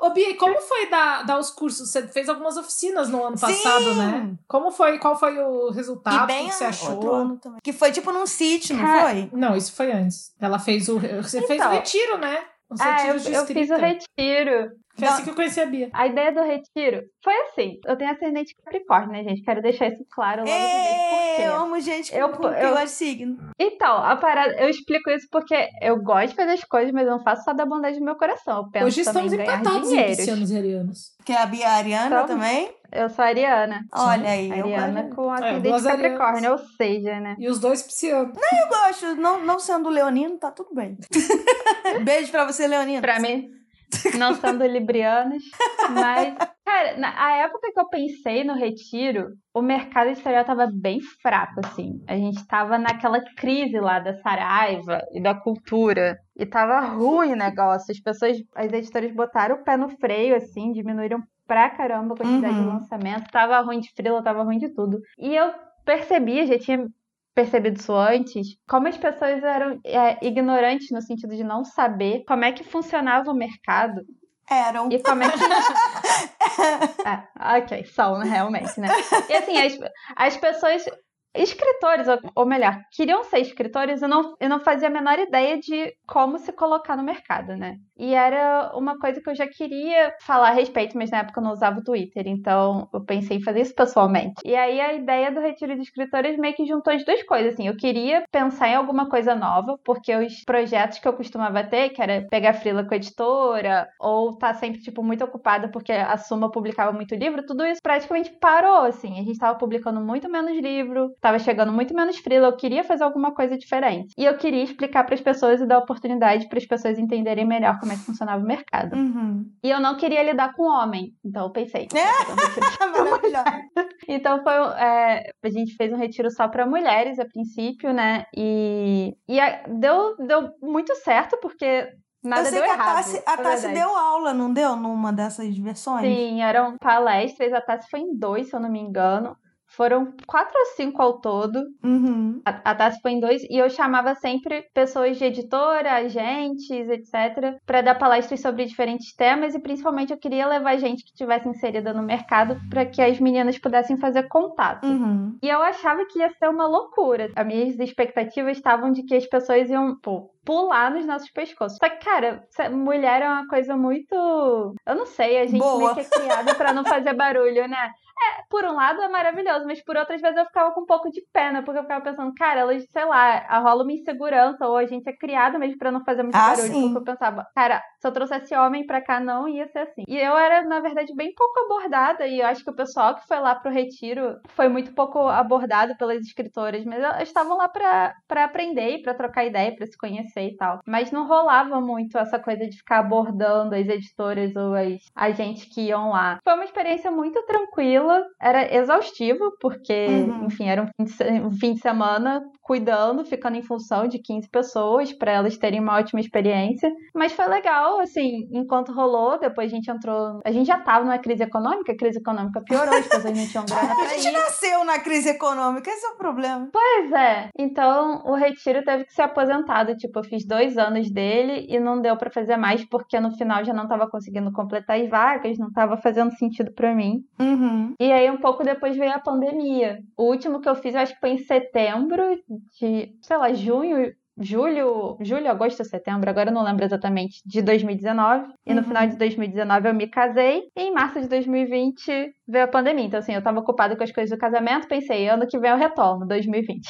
S2: Ô, Bia, e como foi dar, dar os cursos? Você fez algumas oficinas no ano
S1: Sim!
S2: passado, né? Como foi? Qual foi o resultado?
S1: e bem
S2: o que você
S1: a- outro
S2: achou?
S1: ano também. Que foi tipo num sítio, não
S4: É.
S1: foi?
S2: Não, isso foi antes. Ela fez o. Você fez o
S4: Então.
S2: retiro, né? Os
S4: É, eu,
S2: retiros de
S4: eu fiz o
S2: escrita.
S4: retiro.
S2: Foi assim que eu conheci a Bia.
S4: A ideia do retiro foi assim. Eu tenho ascendente Capricórnio, né, gente? Quero deixar isso claro logo de vez. Por
S1: Ê,
S4: quê?
S1: É, eu amo gente com,
S4: Eu-
S1: com que
S4: eu-
S1: gosta de signo.
S4: Então, a parada, eu explico isso porque eu gosto de fazer as coisas, mas eu não faço só da bondade do meu coração. Eu penso
S2: Hoje
S4: também
S2: estamos
S4: em ganhar
S2: empatados em
S4: dinheiros.
S2: piscianos e arianos.
S1: Que é a Bia Ariana
S4: Então,
S1: também.
S4: Eu sou a Ariana.
S1: Olha aí, eu
S4: Ariana
S1: gosto.
S4: com
S2: duas
S4: ascendente
S2: arianas.
S4: Capricórnio, ou seja, né?
S2: E os dois piscianos.
S1: Eu gosto, não, não sendo leonino, tá tudo bem. *laughs* Beijo pra você, leonino.
S4: Pra mim, não sendo librianos. Mas, cara, na a época que eu pensei no retiro, o mercado editorial tava bem fraco, assim. A gente tava naquela crise lá da Saraiva e da cultura. E tava ruim o negócio. As pessoas, as editoras botaram o pé no freio, assim, diminuíram pra caramba a quantidade de
S1: Uhum.
S4: lançamento. Tava ruim de frila, tava ruim de tudo. E eu percebi, já tinha percebido isso antes, como as pessoas eram é, ignorantes no sentido de não saber como é que funcionava o mercado
S1: Eram.
S4: e como é que. Ah, ok, são, né, realmente, né? E assim, as, as pessoas. Escritores, ou, ou melhor, queriam ser escritores e não, e não fazia a menor ideia de como se colocar no mercado, né? E era uma coisa que eu já queria falar a respeito, mas na época eu não usava o Twitter, então eu pensei em fazer isso pessoalmente. E aí a ideia do Retiro de Escritores meio que juntou as duas coisas, assim. Eu queria pensar em alguma coisa nova, porque os projetos que eu costumava ter, que era pegar frila com a editora, ou tá sempre, tipo, muito ocupada porque a Suma publicava muito livro, tudo isso praticamente parou, assim. A gente tava publicando muito menos livro, tava chegando muito menos frila, eu queria fazer alguma coisa diferente. E eu queria explicar pras pessoas e dar oportunidade para as pessoas entenderem melhor como é que funcionava o mercado. *laughs*
S1: Uhum.
S4: E eu não queria lidar com homem, então eu pensei.
S1: Ah, maravilhosa.
S4: Então foi, é, a gente fez um retiro só para mulheres a princípio, né? E, e a- deu, deu muito certo porque nada
S1: eu sei
S4: deu
S1: que a
S4: errado.
S1: Tassi, a
S4: na
S1: Tassi
S4: verdade.
S1: deu aula, não deu? Numa dessas versões?
S4: Sim, eram palestras. A Tassi foi em dois, se eu não me engano. Foram quatro ou cinco ao todo.
S1: Uhum.
S4: A, a Tassi foi em dois e eu chamava sempre pessoas de editora, agentes, etc, para dar palestras sobre diferentes temas e principalmente eu queria levar gente que tivesse inserida no mercado para que as meninas pudessem fazer contato.
S1: Uhum.
S4: E eu achava que ia ser uma loucura. As minhas expectativas estavam de que as pessoas iam pô, pular nos nossos pescoços. Só que, cara, se- mulher é uma coisa muito. Eu não sei, a gente
S1: Boa.
S4: meio que é criada pra não fazer barulho, né? É, por um lado é maravilhoso, mas por outras vezes eu ficava com um pouco de pena, porque eu ficava pensando, cara, elas, sei lá, a- rola uma insegurança, ou a gente é criada mesmo pra não fazer muito
S1: Ah,
S4: barulho.
S1: sim.
S4: Porque eu pensava, cara, se eu trouxesse homem pra cá, não ia ser assim. E eu era, na verdade, bem pouco abordada, e eu acho que o pessoal que foi lá pro retiro foi muito pouco abordado pelas escritoras, mas elas estavam lá pra, pra aprender, e pra trocar ideia, pra se conhecer e tal. Mas não rolava muito essa coisa de ficar abordando as editoras ou as agentes que iam lá. Foi uma experiência muito tranquila, era exaustivo, porque,
S1: Uhum.
S4: enfim, era um fim, de, se- um fim de semana cuidando, ficando em função de 15 pessoas, pra elas terem uma ótima experiência. Mas foi legal, assim, enquanto rolou, depois a gente entrou. A gente já tava numa crise econômica, a crise econômica piorou, as pessoas não tinham grana
S1: *laughs* A
S4: pra
S1: gente
S4: ir.
S1: nasceu na crise econômica, esse é o problema.
S4: Pois é. Então o retiro teve que ser aposentado. Tipo, eu fiz dois anos dele e não deu pra fazer mais, porque no final já não tava conseguindo completar as vagas, não tava fazendo sentido pra mim.
S1: Uhum.
S4: E aí, um pouco depois veio a pandemia. O último que eu fiz, eu acho que foi em setembro de, sei lá, junho, julho, julho, agosto, setembro, agora eu não lembro exatamente, de 2019. E no
S1: Uhum.
S4: final de 2019 eu me casei. E em março de 2020 veio a pandemia. Então, assim, eu tava ocupada com as coisas do casamento, pensei, ano que vem eu retorno, 2020.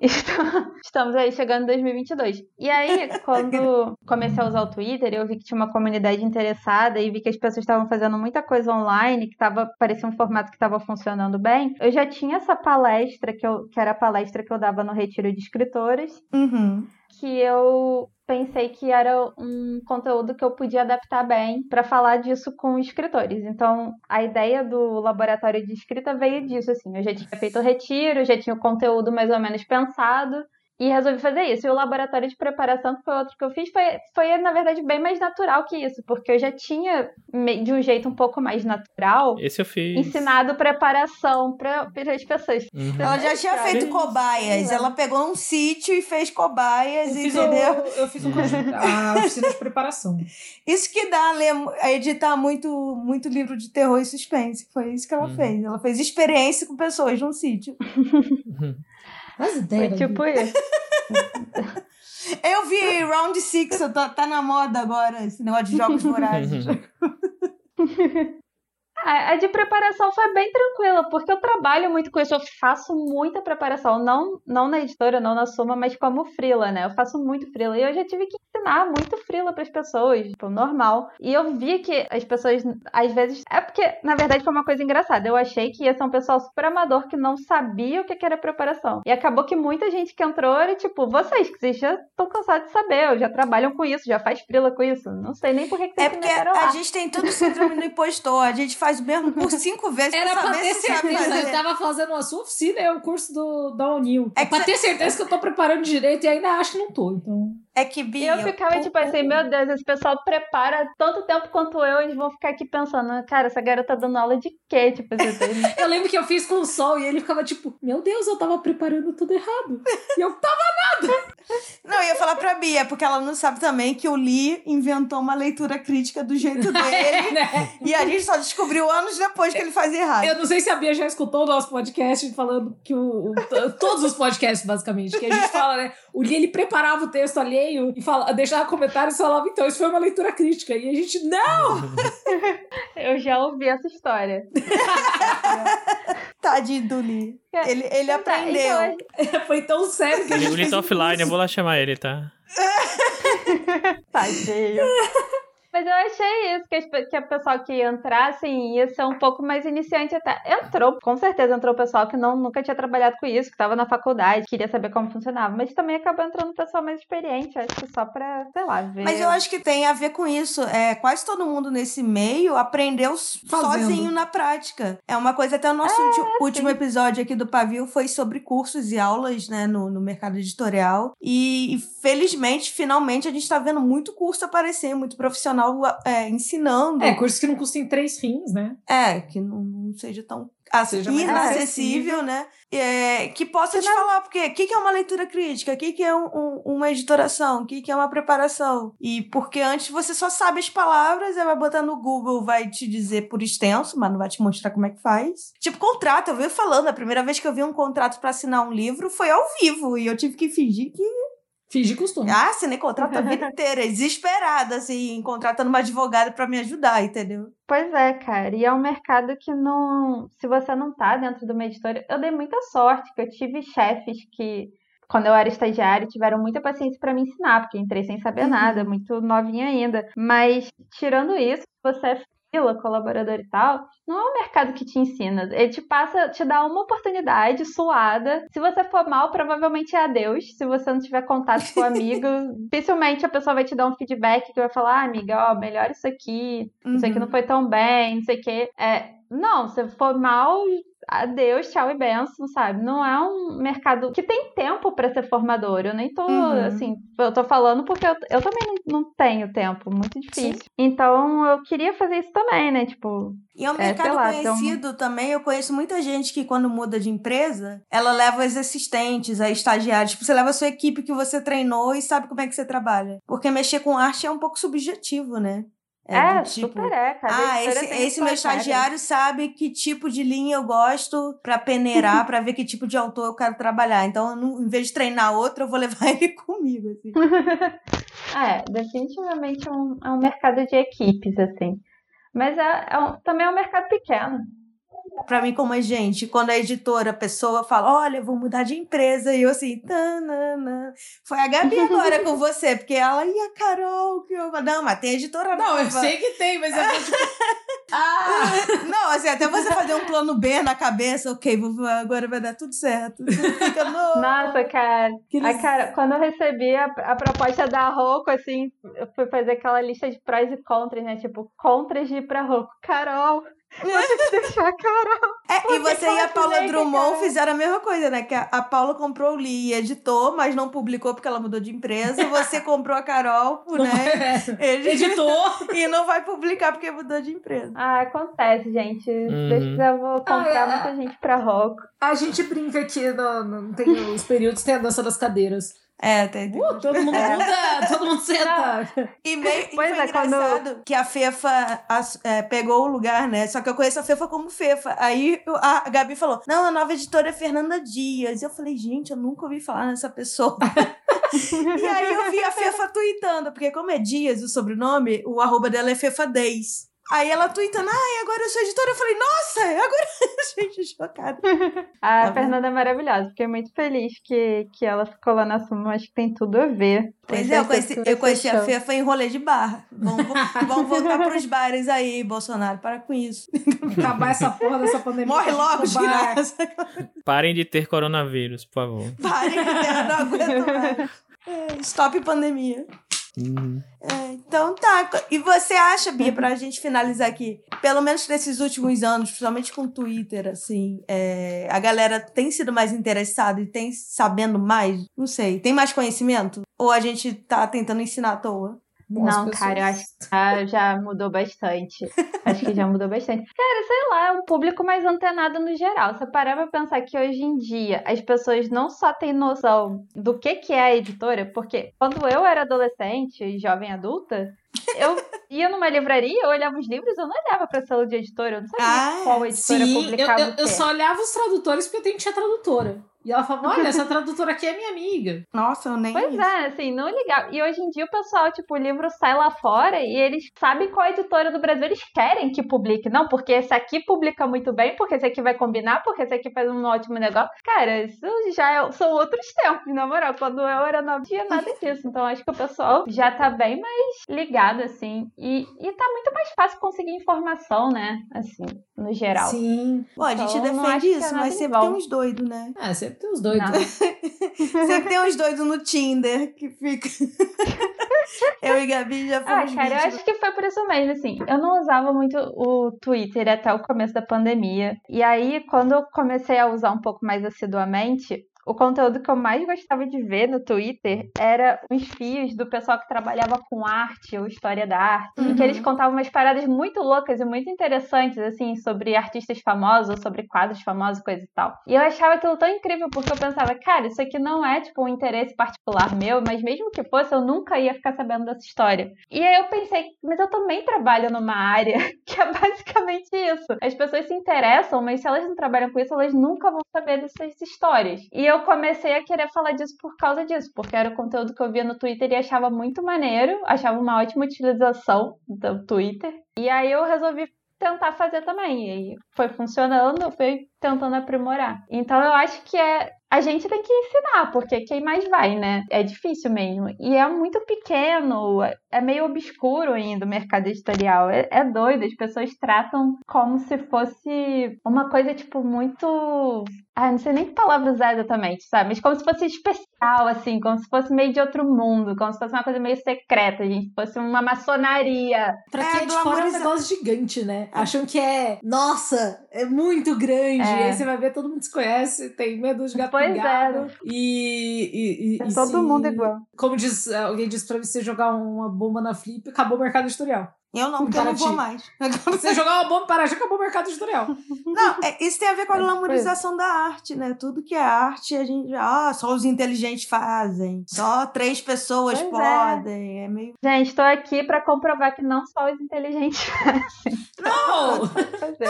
S4: Então, Estamos aí chegando em 2022. E aí, quando comecei a usar o Twitter, eu vi que tinha uma comunidade interessada e vi que as pessoas estavam fazendo muita coisa online, que tava, parecia um formato que estava funcionando bem. Eu já tinha essa palestra, que, eu, que era a palestra que eu dava no Retiro de Escritora editores,
S1: Uhum.
S4: que eu pensei que era um conteúdo que eu podia adaptar bem para falar disso com escritores. Então, a ideia do laboratório de escrita veio disso, assim. Eu já tinha feito o retiro, já tinha o conteúdo mais ou menos pensado. E resolvi fazer isso. E o laboratório de preparação, que foi outro que eu fiz, foi, foi, na verdade, bem mais natural que isso, porque eu já tinha, me- de um jeito um pouco mais natural,
S3: Esse eu fiz.
S4: ensinado preparação para as pessoas.
S3: Uhum.
S1: Ela já tinha
S4: Cara,
S1: feito
S3: sim.
S1: cobaias. Ela pegou um sítio e fez cobaias,
S2: Eu fiz, o,
S1: entendeu?
S2: eu fiz um curso,
S4: *laughs*
S2: a oficina de preparação.
S1: Isso que dá a, ler, a editar muito, muito livro de terror e suspense. Foi isso que ela
S3: Uhum.
S1: fez. Ela fez experiência com pessoas num sítio.
S2: Mas
S4: Foi
S2: ideia.
S4: tipo isso.
S1: Eu vi Round Six, eu tô- tá na moda agora esse negócio de jogos vorazes.
S3: Uhum.
S4: A a de preparação foi bem tranquila, porque eu trabalho muito com isso, eu faço muita preparação, não, não na editora, não na Soma, mas como frila, né? Eu faço muito frila e eu já tive que ensinar muito frila pras pessoas, tipo, normal. E eu vi que as pessoas, às vezes, é porque, na verdade, foi uma coisa engraçada. Eu achei que ia ser um pessoal super amador que não sabia o que que era preparação. E acabou que muita gente que entrou era tipo, vocês que vocês já estão cansados de saber, já trabalham com isso, já faz frila com isso. Não sei nem por que, que vocês
S1: É
S4: se
S1: porque
S4: meteram lá.
S1: a gente tem tudo síndrome do impostor. A gente faz o mesmo curso cinco vezes
S2: Era
S1: pra
S2: pra
S1: saber
S2: ter
S1: se sabe
S2: certeza. Eu
S1: fazer.
S2: tava fazendo a sua oficina, é o curso do, da Unil.
S1: É
S2: É
S1: que
S2: pra
S1: cê-
S2: ter certeza que eu tô preparando direito e ainda acho que não tô. Então.
S1: É que,
S4: E
S1: Bia...
S4: eu ficava tipo assim, meu Deus, esse pessoal prepara tanto tempo quanto eu, eles vão ficar aqui pensando, cara, essa garota tá dando aula de quê? Tipo, assim, *laughs* tem-
S2: Eu lembro que eu fiz com o sol e ele ficava tipo, meu Deus, eu tava preparando tudo errado. E eu tava.
S1: Não, eu ia falar pra Bia, porque ela não sabe também que o Lee inventou uma leitura crítica do jeito dele.
S2: né?
S1: e a gente só descobriu anos depois que ele fazia errado.
S2: Eu não sei se a Bia já escutou o nosso podcast falando que o. o- to- todos os podcasts, basicamente, que a gente fala, né? O Lee, ele preparava o texto alheio e fala, deixava comentários e falava, então, isso foi uma leitura crítica. E a gente, não!
S4: eu já ouvi essa história.
S1: Tadinho do Lee. Ele, ele
S4: Tá,
S1: aprendeu.
S4: então,
S2: Foi tão sério que a gente.
S3: O Lito
S2: fez um
S3: offline, eu
S2: curso.
S3: vou lá chamar ele, tá?
S4: Tadinho. *laughs* Mas eu achei isso, que, as pe- que a pessoa que entrasse ia ser um pouco mais iniciante até. Entrou, com certeza entrou o pessoal que não, nunca tinha trabalhado com isso, que tava na faculdade, queria saber como funcionava. Mas também acabou entrando o pessoal mais experiente, acho que só pra, sei lá, ver.
S1: Mas eu acho que tem a ver com isso. É, quase todo mundo nesse meio aprendeu s-
S2: Fazendo.
S1: sozinho na prática. É uma coisa, até o nosso ulti- último episódio aqui do Pavio foi sobre cursos e aulas né, no, no mercado editorial. E, e, felizmente, finalmente, a gente está vendo muito curso aparecer, muito profissional é, ensinando.
S2: É, curso que não custa em três rins, né?
S1: É, que não, não seja tão ac-
S2: Seja mais
S1: inacessível, né? É, que possa te falar, porque o que, que é uma leitura crítica? O que, que é um- um- uma editoração? O que, que é uma preparação? E porque antes você só sabe as palavras, aí vai botar no Google, vai te dizer por extenso, mas não vai te mostrar como é que faz. Tipo, contrato, eu vi falando, a primeira vez que eu vi um contrato pra assinar um livro foi ao vivo, e eu tive que fingir que
S2: Finge costume.
S1: ah, assinei contrato a *laughs* vida inteira, desesperada, assim, contratando uma advogada pra me ajudar, entendeu?
S4: Pois é, cara. E é um mercado que não. Se você não tá dentro de uma editora. Eu dei muita sorte, que eu tive chefes que, quando eu era estagiária, tiveram muita paciência pra me ensinar, porque entrei sem saber
S1: Uhum.
S4: nada, muito novinha ainda. Mas, tirando isso, se você é fila, colaborador e tal, não é um mercado que te ensina. Ele te passa, te dá uma oportunidade suada. Se você for mal, provavelmente é adeus. Se você não tiver contato com o amigo, dificilmente a pessoa vai te dar um feedback que vai falar, ah, amiga, ó, melhor isso aqui, não sei o que
S1: Uhum.
S4: não foi tão bem, não sei o que. É, não, se for mal, adeus, tchau e benção, sabe? Não é um mercado que tem tempo pra ser formador. Eu nem tô,
S1: Uhum.
S4: assim, eu tô falando porque eu, eu também não, não tenho tempo, muito difícil. Então eu queria fazer isso também, né? Tipo,
S1: E é um
S4: É,
S1: mercado
S4: sei lá, tem um-
S1: conhecido também. Eu conheço muita gente que, quando muda de empresa, ela leva os assistentes, a estagiários. Tipo, você leva a sua equipe que você treinou e sabe como é que você trabalha. Porque mexer com arte é um pouco subjetivo, né?
S4: é,
S1: do
S4: super é, cara.
S1: Ah,
S4: A editora
S1: esse,
S4: tem né?"
S1: esse
S4: sua
S1: meu
S4: cara.
S1: estagiário sabe que tipo de linha eu gosto pra peneirar, pra ver que tipo de autor eu quero trabalhar. Então, eu não- em vez de treinar outro, eu vou levar *laughs* ele comigo. assim.
S4: É, definitivamente é um, é um mercado de equipes, assim. Mas é- é um- também é um mercado pequeno.
S1: pra mim como agente, quando a editora, a pessoa fala, olha, vou mudar de empresa, e eu assim, tanana. foi a Gabi agora com você, porque ela, e a Carol, que eu... não, mas tem editora
S5: Não, eu
S1: nova." *laughs*
S5: sei que tem, mas eu
S2: *laughs*
S5: tô tipo. Ah!
S1: Não, assim, até você fazer um plano B na cabeça, ok, vou- agora vai dar tudo certo. Tudo Fica
S4: *laughs*
S1: no...
S4: Nossa, cara.
S1: Que
S4: A
S1: eles-
S4: cara, quando eu recebi a, a proposta da Roco, assim, eu fui fazer aquela lista de prós e contras, né? Tipo, contras de ir pra Roco. Carol, você que deixou a Carol.
S1: É, e
S4: Pô, que
S1: você e a
S4: forte,
S1: Paula
S4: né,
S1: Drummond
S4: cara?
S1: fizeram a mesma coisa, né? Que a, a Paula comprou o Lee e editou, mas não publicou porque ela mudou de empresa. Você comprou
S5: *laughs*
S1: a Carol,
S5: é.
S1: né?
S2: *laughs*
S1: Editou
S5: Editor!
S1: *laughs* e não vai publicar porque mudou de empresa.
S4: Ah, acontece, gente.
S3: Uhum.
S4: Se eu quiser, eu vou comprar
S2: Ah, é.
S4: muita gente pra Roco.
S2: A gente brinca aqui, no, no- tem os períodos, tem a dança das cadeiras.
S1: É, tem. tem.
S2: Uh, todo mundo muda, todo mundo senta.
S1: E, meio, e
S4: Pois
S1: foi
S4: é, quando-
S1: engraçado que a Fefa ass- é, pegou o lugar, né? Só que eu conheço a Fefa como Fefa. Aí eu- a Gabi falou: não, a nova editora é Fernanda Dias. E eu falei, gente, eu nunca ouvi falar nessa pessoa. *laughs* e aí eu vi a Fefa tweetando, porque como é Dias o sobrenome, o arroba dela é Fefa 10. Aí ela tweetando, ai, agora eu sou editora. Eu falei, nossa, agora. *laughs* gente, chocada.
S4: A
S1: Tá vendo?
S4: Fernanda é maravilhosa. Fiquei muito feliz que, que ela ficou lá na Suma. Acho que tem tudo a ver.
S1: Pois
S4: Tem
S1: é, eu
S4: certeza
S1: conheci,
S4: que vai
S1: eu
S4: ser
S1: conheci a
S4: show.
S1: Fefa em rolê de barra. Vão, vo- vão voltar pros bares aí, Bolsonaro, para com isso.
S2: Acabar essa porra *laughs* dessa pandemia.
S1: Morre logo,
S2: Acabar.
S1: desgraça.
S3: Parem de ter coronavírus, por favor.
S1: Parem, eu não aguento mais. É, Stop pandemia.
S3: Uhum.
S1: É, então tá. E você acha, Bia, pra gente finalizar aqui, pelo menos nesses últimos anos, principalmente com o Twitter, assim, é, a galera tem sido mais interessada e tem sabendo mais? Não sei, tem mais conhecimento? Ou a gente tá tentando ensinar à toa?
S2: Bom, as
S4: Não,
S2: pessoas-
S4: cara, eu acho Ah, já mudou bastante. Acho que já mudou bastante. Cara, sei lá, é um público mais antenado no geral. Se eu parar pra pensar que hoje em dia as pessoas não só têm noção do que, que é a editora, porque quando eu era adolescente e jovem adulta,
S2: *laughs*
S4: eu ia numa livraria, eu olhava os livros, eu não olhava pra selo de editora, eu não sabia
S1: Ah,
S4: qual editora
S2: Sim, eu,
S4: publicava
S2: eu-
S4: o quê.
S2: eu só olhava os tradutores porque eu tenho tia tradutora. E ela falava: olha, essa tradutora aqui é minha amiga.
S1: Nossa, eu nem.
S4: Pois é, assim, não ligava. E hoje em dia o pessoal, tipo, o livro sai lá fora e eles sabem qual editora do Brasil eles querem que publique. Não, porque esse aqui publica muito bem, porque esse aqui vai combinar, porque esse aqui faz um ótimo negócio. Cara, isso já é- são outros tempos, na moral. Quando eu era nova, não tinha nada disso. Então acho que o pessoal já tá bem mais ligado, assim. E, e tá muito mais fácil conseguir informação, né? Assim, no geral.
S2: Sim.
S1: Bom, a gente
S4: Então, eu não acho
S1: defende
S4: que é
S1: isso,
S4: nada
S1: mas
S4: em
S1: sempre tem
S4: vão.
S1: uns doidos, né?
S2: É, sempre tem os doidos.
S4: Não.
S1: Sempre tem uns doidos no Tinder que
S4: *laughs*
S1: fica. eu e Gabi já
S4: Ah,
S1: fomos
S4: cara, eu
S1: vítimas.
S4: acho que foi por isso mesmo, assim. Eu não usava muito o Twitter até o começo da pandemia. E aí, quando eu comecei a usar um pouco mais assiduamente, o conteúdo que eu mais gostava de ver no Twitter era os fios do pessoal que trabalhava com arte ou história da arte. Em que eles contavam umas paradas muito loucas e muito interessantes, assim, sobre artistas famosos, sobre quadros famosos, coisa e tal. E eu achava aquilo tão incrível, porque eu pensava, cara, isso aqui não é, tipo, um interesse particular meu, mas mesmo que fosse, eu nunca ia ficar sabendo dessa história. E aí eu pensei, mas eu também trabalho numa área *laughs* que é basicamente isso. As pessoas se interessam, mas se elas não trabalham com isso, elas nunca vão saber dessas histórias. E eu comecei a querer falar disso por causa disso, porque era o conteúdo que eu via no Twitter e achava muito maneiro, achava uma ótima utilização do Twitter. E aí eu resolvi tentar fazer também. E aí foi funcionando, eu fui tentando aprimorar. Então eu acho que é. A gente tem que ensinar, porque quem mais vai, né? É difícil mesmo. E é muito pequeno, é- é meio obscuro ainda o mercado editorial. É, é doido, as pessoas tratam como se fosse uma coisa, tipo, muito. Ah, não sei nem que palavra usar exatamente, sabe? Mas como se fosse especial, assim, como se fosse meio de outro mundo, como se fosse uma coisa meio secreta, gente, fosse uma maçonaria.
S2: Pra
S1: É,
S2: quem é de fora é um
S1: glamourizar.
S2: negócio gigante, né? Acham que é, nossa, é muito grande.
S4: É.
S2: Aí você vai ver, todo mundo se conhece, tem medo de gato
S4: Pois é.
S2: pingado. E, e, e-
S4: É
S2: e
S4: todo
S2: se-
S4: mundo igual.
S2: Como diz, alguém disse pra você jogar uma bomba na flip, acabou o mercado editorial. *laughs*
S1: Eu
S4: Um
S1: não, porque eu não vou mais.
S2: Você jogar uma bomba para já acabou o mercado editorial.
S1: Não, é- isso tem a ver com a glamorização da arte, né? Tudo que é arte, a gente. Ah, só os inteligentes fazem. Só três pessoas
S4: Pois é.
S1: podem. É meio.
S4: Gente, estou aqui para comprovar que não só os inteligentes *laughs*
S2: Não!
S4: fazer.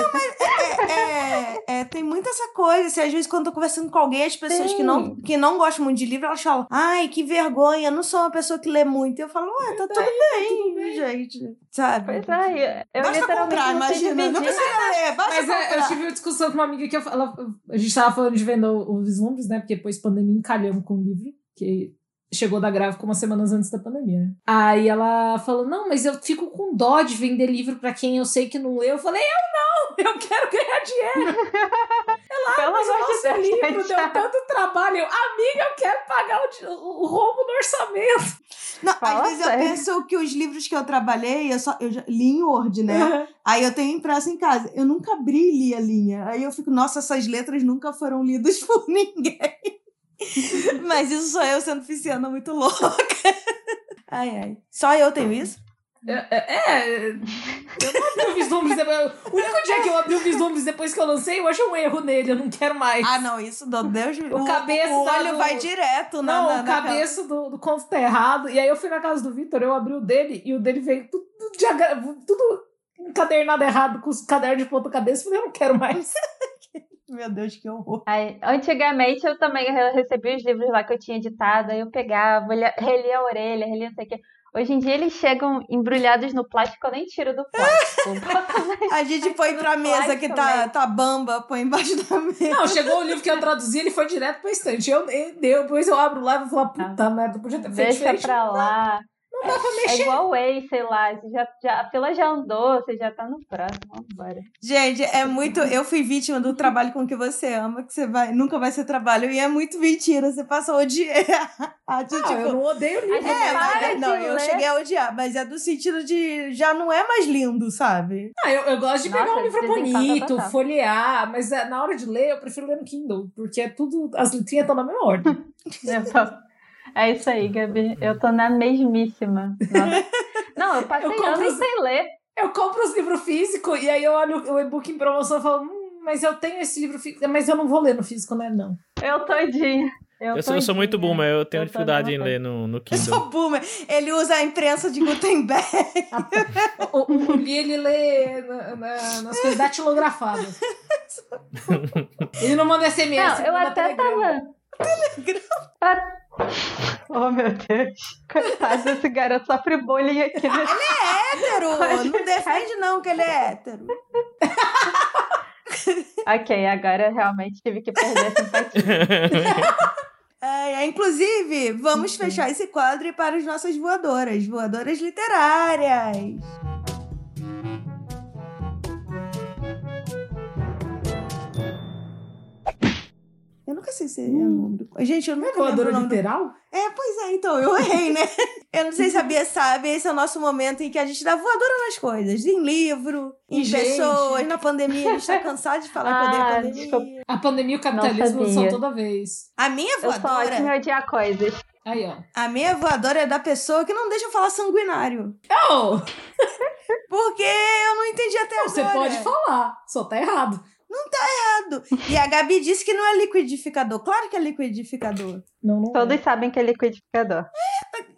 S1: É, é, é, tem muita essa coisa. Assim, às vezes, quando eu tô conversando com alguém, as pessoas
S4: Sim.
S1: que não, que não gostam muito de livro, elas falam:
S4: é,
S1: Ai, que vergonha, eu não sou uma pessoa que lê muito. Eu falo, ué, tá tudo bem, gente. Sabe? sabe?
S4: tá Pois é, eu
S1: Basta
S4: literalmente
S1: comprar,
S4: não sei
S1: imagina. Não
S4: dividir.
S1: precisa ler, basta
S2: Mas é, eu
S1: comprar.
S2: tive uma discussão com uma amiga que eu, ela, a gente tava falando de venda os números, né? Porque depois pandemia encalhamos com o livro, que chegou da gráfica umas semanas antes da pandemia, né? Aí ela falou: Não, mas eu fico com dó de vender livro pra quem eu sei que não lê. Eu falei: Eu não, eu quero ganhar dinheiro.
S4: Pelo
S2: Mas o
S4: amor de
S2: nosso
S4: Deus,
S2: livro
S4: gente.
S1: tá
S2: deu tanto trabalho. Eu, Amiga, eu quero pagar o, di- o rombo no orçamento.
S1: Não,
S4: Fala
S1: às vezes
S4: sério.
S1: eu penso que os livros que eu trabalhei, eu só eu já li em Word, né? Aí eu tenho impresso em casa. Eu nunca abri e li a linha. Aí eu fico, nossa, essas letras nunca foram lidas *laughs* por ninguém. Mas isso sou eu sendo pisciana muito louca. Ai, ai. Só eu tenho isso?
S2: É, é, é, eu não abri o Vislumbres depois. O único dia que eu abri o Vislumbres depois que eu lancei, eu achei um erro nele, eu não quero mais.
S1: Ah, não, isso, do Deus. me-
S2: O cabeça
S1: o
S2: tá
S1: olho
S2: no-
S1: vai direto na,
S2: Não,
S1: na,
S2: o
S1: na-
S2: cabeça do, do conto tá errado. E aí eu fui na casa do Vitor, eu abri o dele e o dele veio tudo, diagra- tudo encadernado errado, com os cadernos de ponta cabeça. Eu falei, eu não quero mais.
S1: Meu Deus, que
S4: *laughs*
S1: horror.
S4: Aí, antigamente eu também re- recebia os livros lá que eu tinha editado, aí eu pegava, olha- relia a orelha, relia não sei o quê. Hoje em dia eles chegam embrulhados no plástico, eu nem tiro
S2: É,
S4: do plástico.
S1: A gente põe pra mesa que tá,
S4: também.
S1: tá bamba, põe embaixo da mesa.
S2: *laughs* Não, chegou o livro que eu traduzi, ele foi direto pra estante. Eu, eu, depois eu abro lá e vou falar, puta merda, eu podia ter feito
S4: Deixa
S2: diferente.
S4: pra lá.
S2: tá. Não dá pra
S4: É
S2: mexer.
S4: igual o Way, sei lá. Você já, já, a fila já andou, você já tá no próximo. Vambora.
S1: Gente, é muito. Eu fui vítima do trabalho com que você ama, que você vai, nunca vai ser trabalho. E é muito mentira. Você passa a *laughs* odiar. A gente,
S2: Não, eu não odeio
S4: A
S2: livro.
S4: gente
S1: É, mas,
S4: para
S1: é-
S4: de
S1: não, eu
S4: ler.
S1: cheguei a odiar, mas é do sentido de já não é mais lindo, sabe?
S2: Ah, eu, eu gosto de pegar
S4: Nossa,
S2: um livro
S4: desencanta
S2: bonito,
S4: total.
S2: folhear, mas é, na hora de ler eu prefiro ler no Kindle, porque é tudo, as letrinhas estão na mesma ordem.
S4: *laughs* Eu tô- É isso aí, Gabi. Eu tô na mesmíssima.
S2: *laughs*
S4: Nossa. Não, eu passei
S2: Eu compro
S4: anos
S2: os-
S4: sem ler.
S2: Eu compro os livros físicos e aí eu olho o e-book em promoção e falo, hum, mas eu tenho esse livro físico, mas eu não vou ler no físico, né? Não.
S4: Eu todinha. Eu,
S3: Eu sou, eu sou muito
S4: todinha.
S3: boomer, eu tenho
S4: Eu tô
S3: dificuldade em
S4: numa-
S3: ler no, no
S1: Eu
S3: Kindle.
S1: *laughs* sou boomer. Ele usa a imprensa de
S4: *laughs*
S1: Gutenberg.
S2: O, o Muli, ele lê na- na- nas coisas datilografadas. Ele não manda SMS.
S4: Não,
S2: ele
S4: eu
S2: manda
S4: até
S2: telegrama.
S4: tava. Ah. *laughs* Oh, meu Deus. Coitado desse garoto, sofre bullying aqui. né? nesse-
S1: Hétero! Não defende, não, que ele é hétero.
S4: ok, agora eu realmente tive que perder a simpatia.
S1: É, é, inclusive, vamos fechar esse quadro e para as nossas voadoras, voadoras literárias. Eu nunca sei se é o
S4: Hum.
S1: nome do... Gente, eu
S2: Não é
S1: nunca lembro
S2: voadora
S1: o nome do...
S2: literal?
S1: É, pois é, então, eu errei, né? *laughs* Eu não sei se sabia, sabe? Esse é o nosso momento em que a gente dá voadora nas coisas. Em livro, em
S2: E, gente.
S1: pessoas, na pandemia. A gente tá cansado de falar que odeia a
S4: Ah,
S1: pandemia.
S4: desculpa.
S2: A pandemia e o capitalismo
S4: Não
S2: são
S4: sabia.
S2: toda vez.
S1: A minha
S4: Eu sou
S1: voadora...
S4: ótima em odiar coisas.
S2: Aí, ó.
S1: A meia voadora é da pessoa que não deixa eu falar sanguinário.
S2: Oh,
S1: Porque eu não entendi até agora.
S2: você pode falar, só tá errado.
S1: Errado. E a Gabi disse que não é liquidificador. Claro que é liquidificador.
S2: Não, não. é.
S4: Todos sabem que é liquidificador.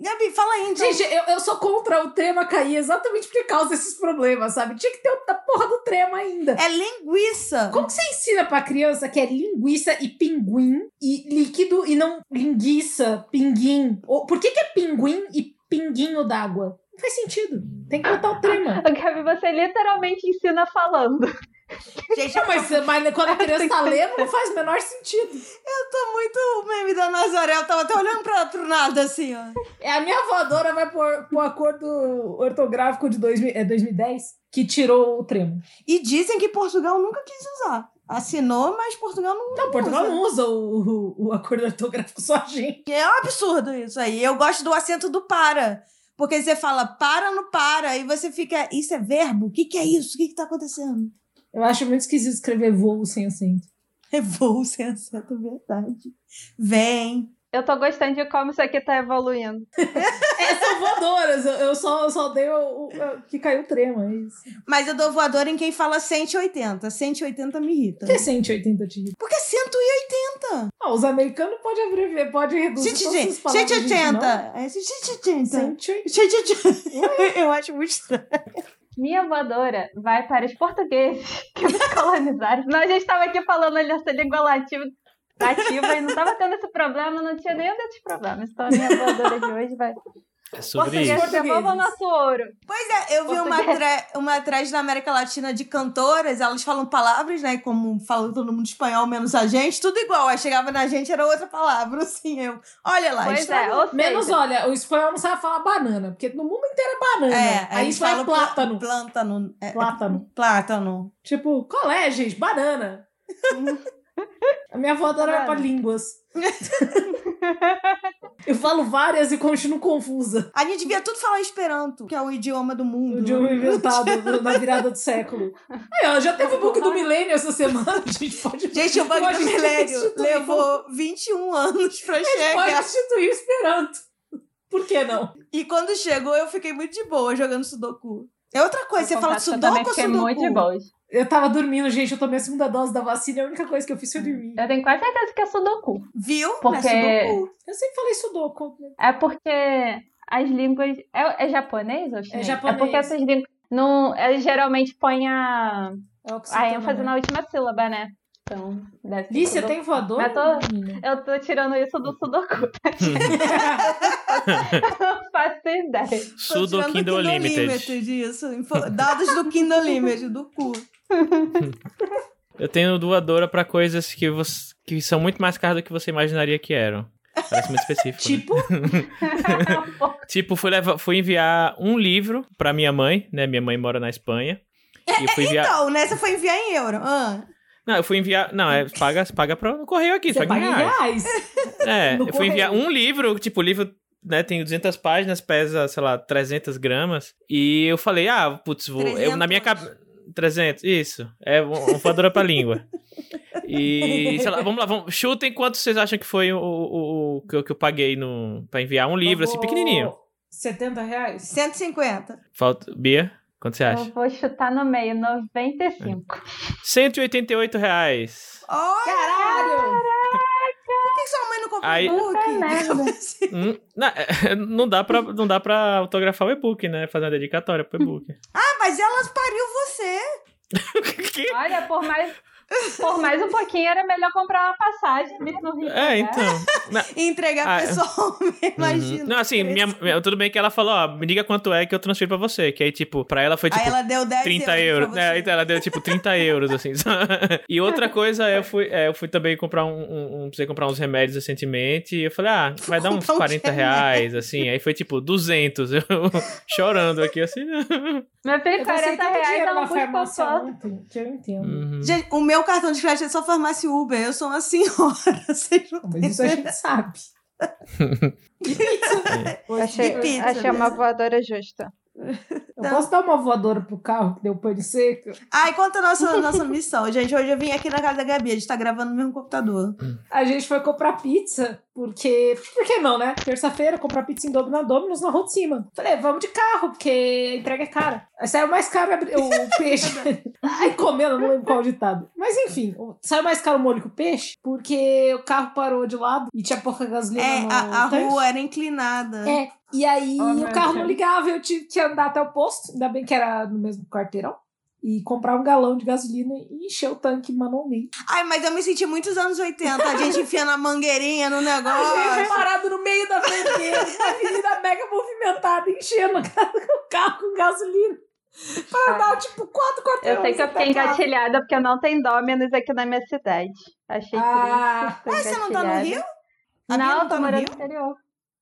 S1: Gabi, fala aí, então.
S2: Gente, eu, eu sou contra o tema cair exatamente porque causa esses problemas, sabe? Tinha que ter o- a porra do trema ainda.
S1: É linguiça.
S2: Como que você ensina pra criança que é linguiça e pinguim e líquido e não linguiça, pinguim? Ou, por que, que é pinguim e pinguinho d'água? Não faz sentido. Tem que botar o *laughs* trema.
S4: Gabi, você literalmente ensina falando.
S1: Gente,
S2: Não, mas, mas quando a criança tá lendo, não faz o menor sentido.
S1: eu tô muito o meme da Nazaré. Eu tava até olhando pra, pro nada, assim, ó.
S2: É, a minha voadora vai pro, pro acordo ortográfico de 2000 é 2010 que tirou o trema.
S1: E dizem que Portugal nunca quis usar. Assinou, mas Portugal não.
S2: Não, Portugal não usa o, o, o acordo ortográfico, só a gente.
S1: É um absurdo isso aí. Eu gosto do acento do para. Porque você fala para no para e você fica. Isso é verbo? O que, que é isso? O que, que tá acontecendo? *laughs*
S2: Eu acho muito esquisito escrever voo sem acento.
S1: É voo sem acento, é verdade. Vem.
S4: Eu tô gostando de como isso aqui tá evoluindo.
S2: É, são voadoras, eu, eu só, eu só dei o, o- o- que caiu o trema, é isso.
S1: Mas eu dou voador em quem fala 180. 180 me irrita.
S2: Por que é 180 de
S1: Porque 180.
S2: Ah, os americanos podem abreviar, podem reduzir
S1: Gente,
S2: todas
S1: gente,
S2: as palavras. gente, não.
S1: 180. É, 180.
S2: 180.
S1: 180. Eu acho muito estranho.
S4: Minha voadora vai para os portugueses *laughs* que nos colonizaram. Nós já estava aqui falando ali essa língua lativa, nativa e não tava tendo esse problema, não tinha nenhum desses problemas. Então a minha voadora de hoje vai
S3: É sobre
S4: Português
S3: isso.
S4: devolva o nosso ouro.
S1: Pois é, eu vi uma, tra uma thread na América Latina de cantoras, elas falam palavras, né? Como fala todo mundo espanhol, menos a gente, tudo igual. Aí chegava na gente, era outra palavra, *laughs* assim. Eu, olha lá,
S4: Pois
S1: estragou.
S4: é, ou seja,
S2: Menos, olha, o espanhol não sabe falar banana, porque no mundo inteiro é banana.
S1: É,
S2: aí
S1: aí
S2: isso é
S1: fala plátano.
S2: plátano.
S1: Plátano. É,
S2: Plátano.
S1: plátano.
S2: Tipo, colé, gente, banana. a minha avó adora para
S4: Banana.
S2: línguas. Eu falo várias e continuo confusa.
S1: A gente devia tudo falar esperanto, que é o idioma do mundo.
S2: De um inventado na virada do *laughs* século. Aí, ó, já teve o book do milênio essa semana. *laughs* A gente pode.
S1: Gente, o *laughs* Banco
S2: pode
S1: do Milênio
S2: instituir-
S1: levou 21 anos pra
S2: Pode
S1: chegar.
S2: instituir o Esperanto. Por que não?
S1: E quando chegou, eu fiquei muito de boa jogando Sudoku. É outra coisa, você fala de
S4: confesso que eu também
S1: Sudoku ou
S4: fiquei
S1: Sudoku?
S4: muito de boas.
S2: Eu tava dormindo, gente. Eu tomei a segunda dose da vacina. e A única coisa que eu fiz foi dormir.
S4: Eu tenho quase certeza que é Sudoku.
S1: Viu?
S4: Porque-
S1: É Sudoku.
S2: Eu sempre falei sudoku. né?
S4: É porque as línguas. É, é japonês ou chinês?
S2: japonês.
S4: É porque essas línguas. Não, é, geralmente põe a,
S2: É
S4: a
S2: oxítona,
S4: ênfase
S2: né?
S4: na última sílaba, né? Então, deve ser.
S2: Lícia,
S4: Sudoku.
S2: tem voador? *laughs*
S4: Mas tô-
S2: menina?
S4: Eu tô tirando isso do Sudoku. *laughs* Não faço ideia.
S1: Tô
S3: Sudo
S1: tirando
S3: Kindle Limited.
S1: Limited, isso. Info- Dados do Kindle Limited, do cu.
S3: Eu tenho doadora pra coisas que, você, que são muito mais caras do que você imaginaria que eram. Parece muito específico. né?
S2: Tipo,
S3: Tipo, fui, levar, fui enviar um livro pra minha mãe, né? Minha mãe mora na Espanha. E eu
S2: *laughs*
S3: fui enviar.
S1: Então, né? Você foi enviar em euro. Ah.
S3: Não, eu fui enviar. Não, é paga, paga pra, no correio aqui,
S2: você
S3: só que em
S2: paga em
S3: reais.
S2: reais. *laughs*
S3: É,
S2: No
S3: eu fui enviar
S2: correio.
S3: um livro, tipo, o livro, né, tem 200 páginas, pesa, sei lá, 300 gramas. E eu falei, ah, putz, vou. Eu, na minha
S1: 300.
S3: cabeça. 300, isso. É um voadora pra
S2: *laughs*
S3: língua. E, sei lá, vamos lá, vamos, chutem quanto vocês acham que foi o, o- o- que, eu, que eu paguei no, pra enviar um livro, assim,
S2: Pagou
S3: pequenininho.
S2: 70 reais?
S1: 150.
S3: Falta, Bia, quanto você
S4: Eu
S3: acha?
S4: vou chutar no meio, 95.
S2: *laughs*
S3: 188 reais.
S1: Olha,
S2: Caralho!
S4: É
S1: por que sua mãe não comprou
S3: Aí-
S1: um book?
S2: tá
S4: Puta merda.
S3: Hum, não, é, *laughs* não, dá pra, não dá pra autografar o e-book, né? Fazer uma dedicatória pro
S1: *laughs*
S3: e-book.
S2: *laughs*
S1: Ah, mas ela pariu você.
S3: Que-
S4: Olha, por mais, por mais um pouquinho era melhor comprar uma passagem mesmo no Rio.
S3: É,
S4: né?
S3: então.
S1: E entregar
S3: Ah, eu-
S1: *laughs* pessoalmente, imagina.
S3: Uhum. Não, assim, minha, minha- tudo bem que ela falou, ó, me diga quanto é que eu transfiro pra você. Que aí, tipo, pra ela foi tipo
S1: Aí ela deu 10
S3: 30
S1: euros.
S3: euros.
S1: pra
S3: né?
S1: você.
S3: então ela deu
S1: *laughs*
S3: tipo 30 euros, assim. só. e outra coisa, eu fui, é, eu fui também comprar um, um, um- Precisei comprar uns remédios recentemente. E eu falei, ah, vai dar uns
S1: Comprar uns
S3: 40 reais, assim. Aí foi tipo 200. Eu *laughs* chorando aqui, assim.
S4: Meu filho,
S2: Eu gastei
S4: 40
S2: tanto
S4: reais é
S2: dinheiro
S4: eu não
S2: na
S4: pus pra
S2: farmácia
S4: foto.
S2: ontem, que eu entendo.
S3: Uhum.
S1: Gente, o meu cartão de crédito é só farmácia Uber. Eu sou uma senhora. *laughs* Vocês não
S2: Mas isso é a gente sabe.
S1: E pizza, né?
S4: achei uma voadora justa.
S2: Eu posso dar uma voadora pro carro que deu pane seca?
S1: Ai, conta a nossa, nossa missão. Gente, hoje eu vim aqui na casa da Gabi. A gente tá gravando no mesmo computador.
S2: A gente foi comprar pizza, porque. Por que não, né? Terça-feira, comprar pizza em dobro na Domino's na rua de cima. Falei, vamos de carro, porque a entrega é cara. Aí saiu mais caro a bri- o,
S4: *laughs*
S2: o peixe. *laughs* Ai, comendo, não lembro qual o ditado. Mas enfim, o- saiu mais caro o molho que o peixe, porque o carro parou de lado e tinha pouca gasolina.
S1: É,
S2: no
S1: a, a
S2: tanque.
S1: rua era inclinada.
S2: tá É. E aí
S4: Oh, meu
S2: o carro não
S4: Deus.
S2: ligava, eu tive que andar até o posto, ainda bem que era no mesmo quarteirão, e comprar um galão de gasolina e encher o tanque manualmente.
S1: Ai, mas eu me senti muitos anos 80. A gente enfiando a mangueirinha no
S2: A
S4: *laughs*
S2: gente
S1: negócio.
S2: parado no meio da vergueira, na avenida mega movimentada, enchendo o carro- o carro com gasolina. Pra andar, tipo, quatro
S1: É,
S2: Tá quarteirões.
S4: Eu sei que
S1: tá
S4: eu
S2: até
S4: fiquei
S2: lá.
S4: engatilhada porque não tem Dominus aqui na minha cidade. Achei
S2: Ah.
S4: triste.
S1: Mas
S4: fui
S1: você não tá no
S4: engatilhada.
S1: Rio? A Bia
S4: Não,
S1: não tá
S4: eu tô
S1: no
S4: morando
S1: Rio?
S4: no interior.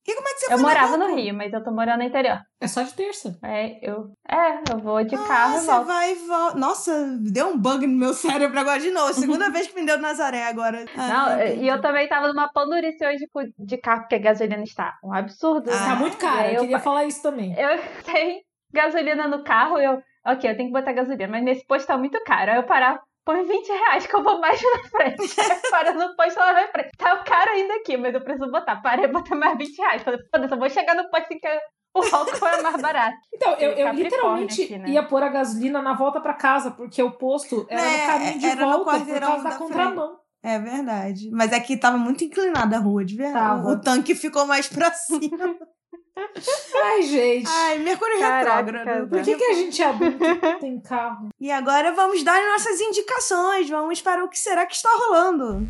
S1: E como é que você foi
S4: Eu
S1: na
S4: morava
S1: Globo?
S4: no Rio, mas eu tô morando no interior.
S2: É só de terça.
S4: É, eu, é, eu vou de
S1: Ah,
S4: carro e
S1: você
S4: volto.
S1: vai e volta. Nossa, deu um bug no meu cérebro agora de novo. Segunda
S4: *laughs*
S1: vez que me deu Nazaré agora. Ah,
S4: Não, é-
S1: entendi.
S4: e eu também tava numa pandurice hoje com- de carro, porque a gasolina está um absurdo.
S1: Ah.
S2: Tá muito caro, eu,
S4: Eu É,
S2: queria
S4: pa-
S2: falar isso também.
S4: Eu *laughs* tenho gasolina no carro, eu. Ok, eu tenho que botar gasolina, mas nesse posto tá muito caro. Aí eu parar, põe 20 reais que eu vou mais *laughs* na frente. Para no posto lá na frente. Tá caro ainda aqui, mas eu preciso botar. Parei, botei mais 20 reais. Falei, foda-se, eu vou chegar no posto em que o álcool é
S2: *laughs*
S4: mais barato.
S2: Então, eu, eu
S4: Capricórnio
S2: literalmente
S4: aqui, né?
S2: ia pôr a gasolina na volta pra casa, porque o posto era
S1: É,
S2: no caminho de
S1: era no
S2: volta por
S1: quarteirão
S2: causa da
S1: da
S2: contramão.
S1: É verdade. Mas aqui tava muito inclinada a rua, de verdade.
S2: Tava.
S1: O tanque ficou mais pra *laughs* cima.
S2: Ai, gente.
S1: Ai, Mercúrio
S4: Caraca,
S1: retrógrado.
S2: por que, que a gente é *laughs* adulto tem carro?
S1: E agora vamos dar as nossas indicações. Vamos para o que será que está rolando.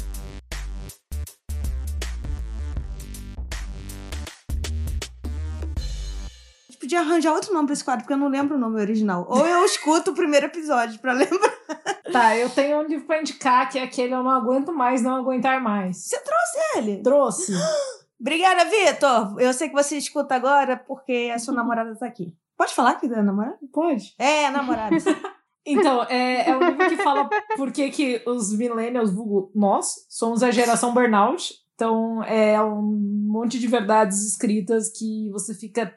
S1: de arranjar outro nome pra esse quadro, porque eu não lembro o nome original. Ou eu escuto o primeiro episódio pra lembrar.
S2: Tá, eu tenho um livro pra indicar, que é aquele Eu Não Aguento Mais, Não Aguentar Mais.
S1: Você trouxe ele?
S2: Trouxe.
S1: Obrigada, Vitor. Eu sei que você escuta agora porque a sua namorada tá aqui. Pode falar que é namorada?
S2: Pode.
S1: É, namorada.
S2: Então, é, é um livro que fala por que, que os millennials, vulgo nós, somos a geração burnout. Então, é um monte de verdades escritas que você fica...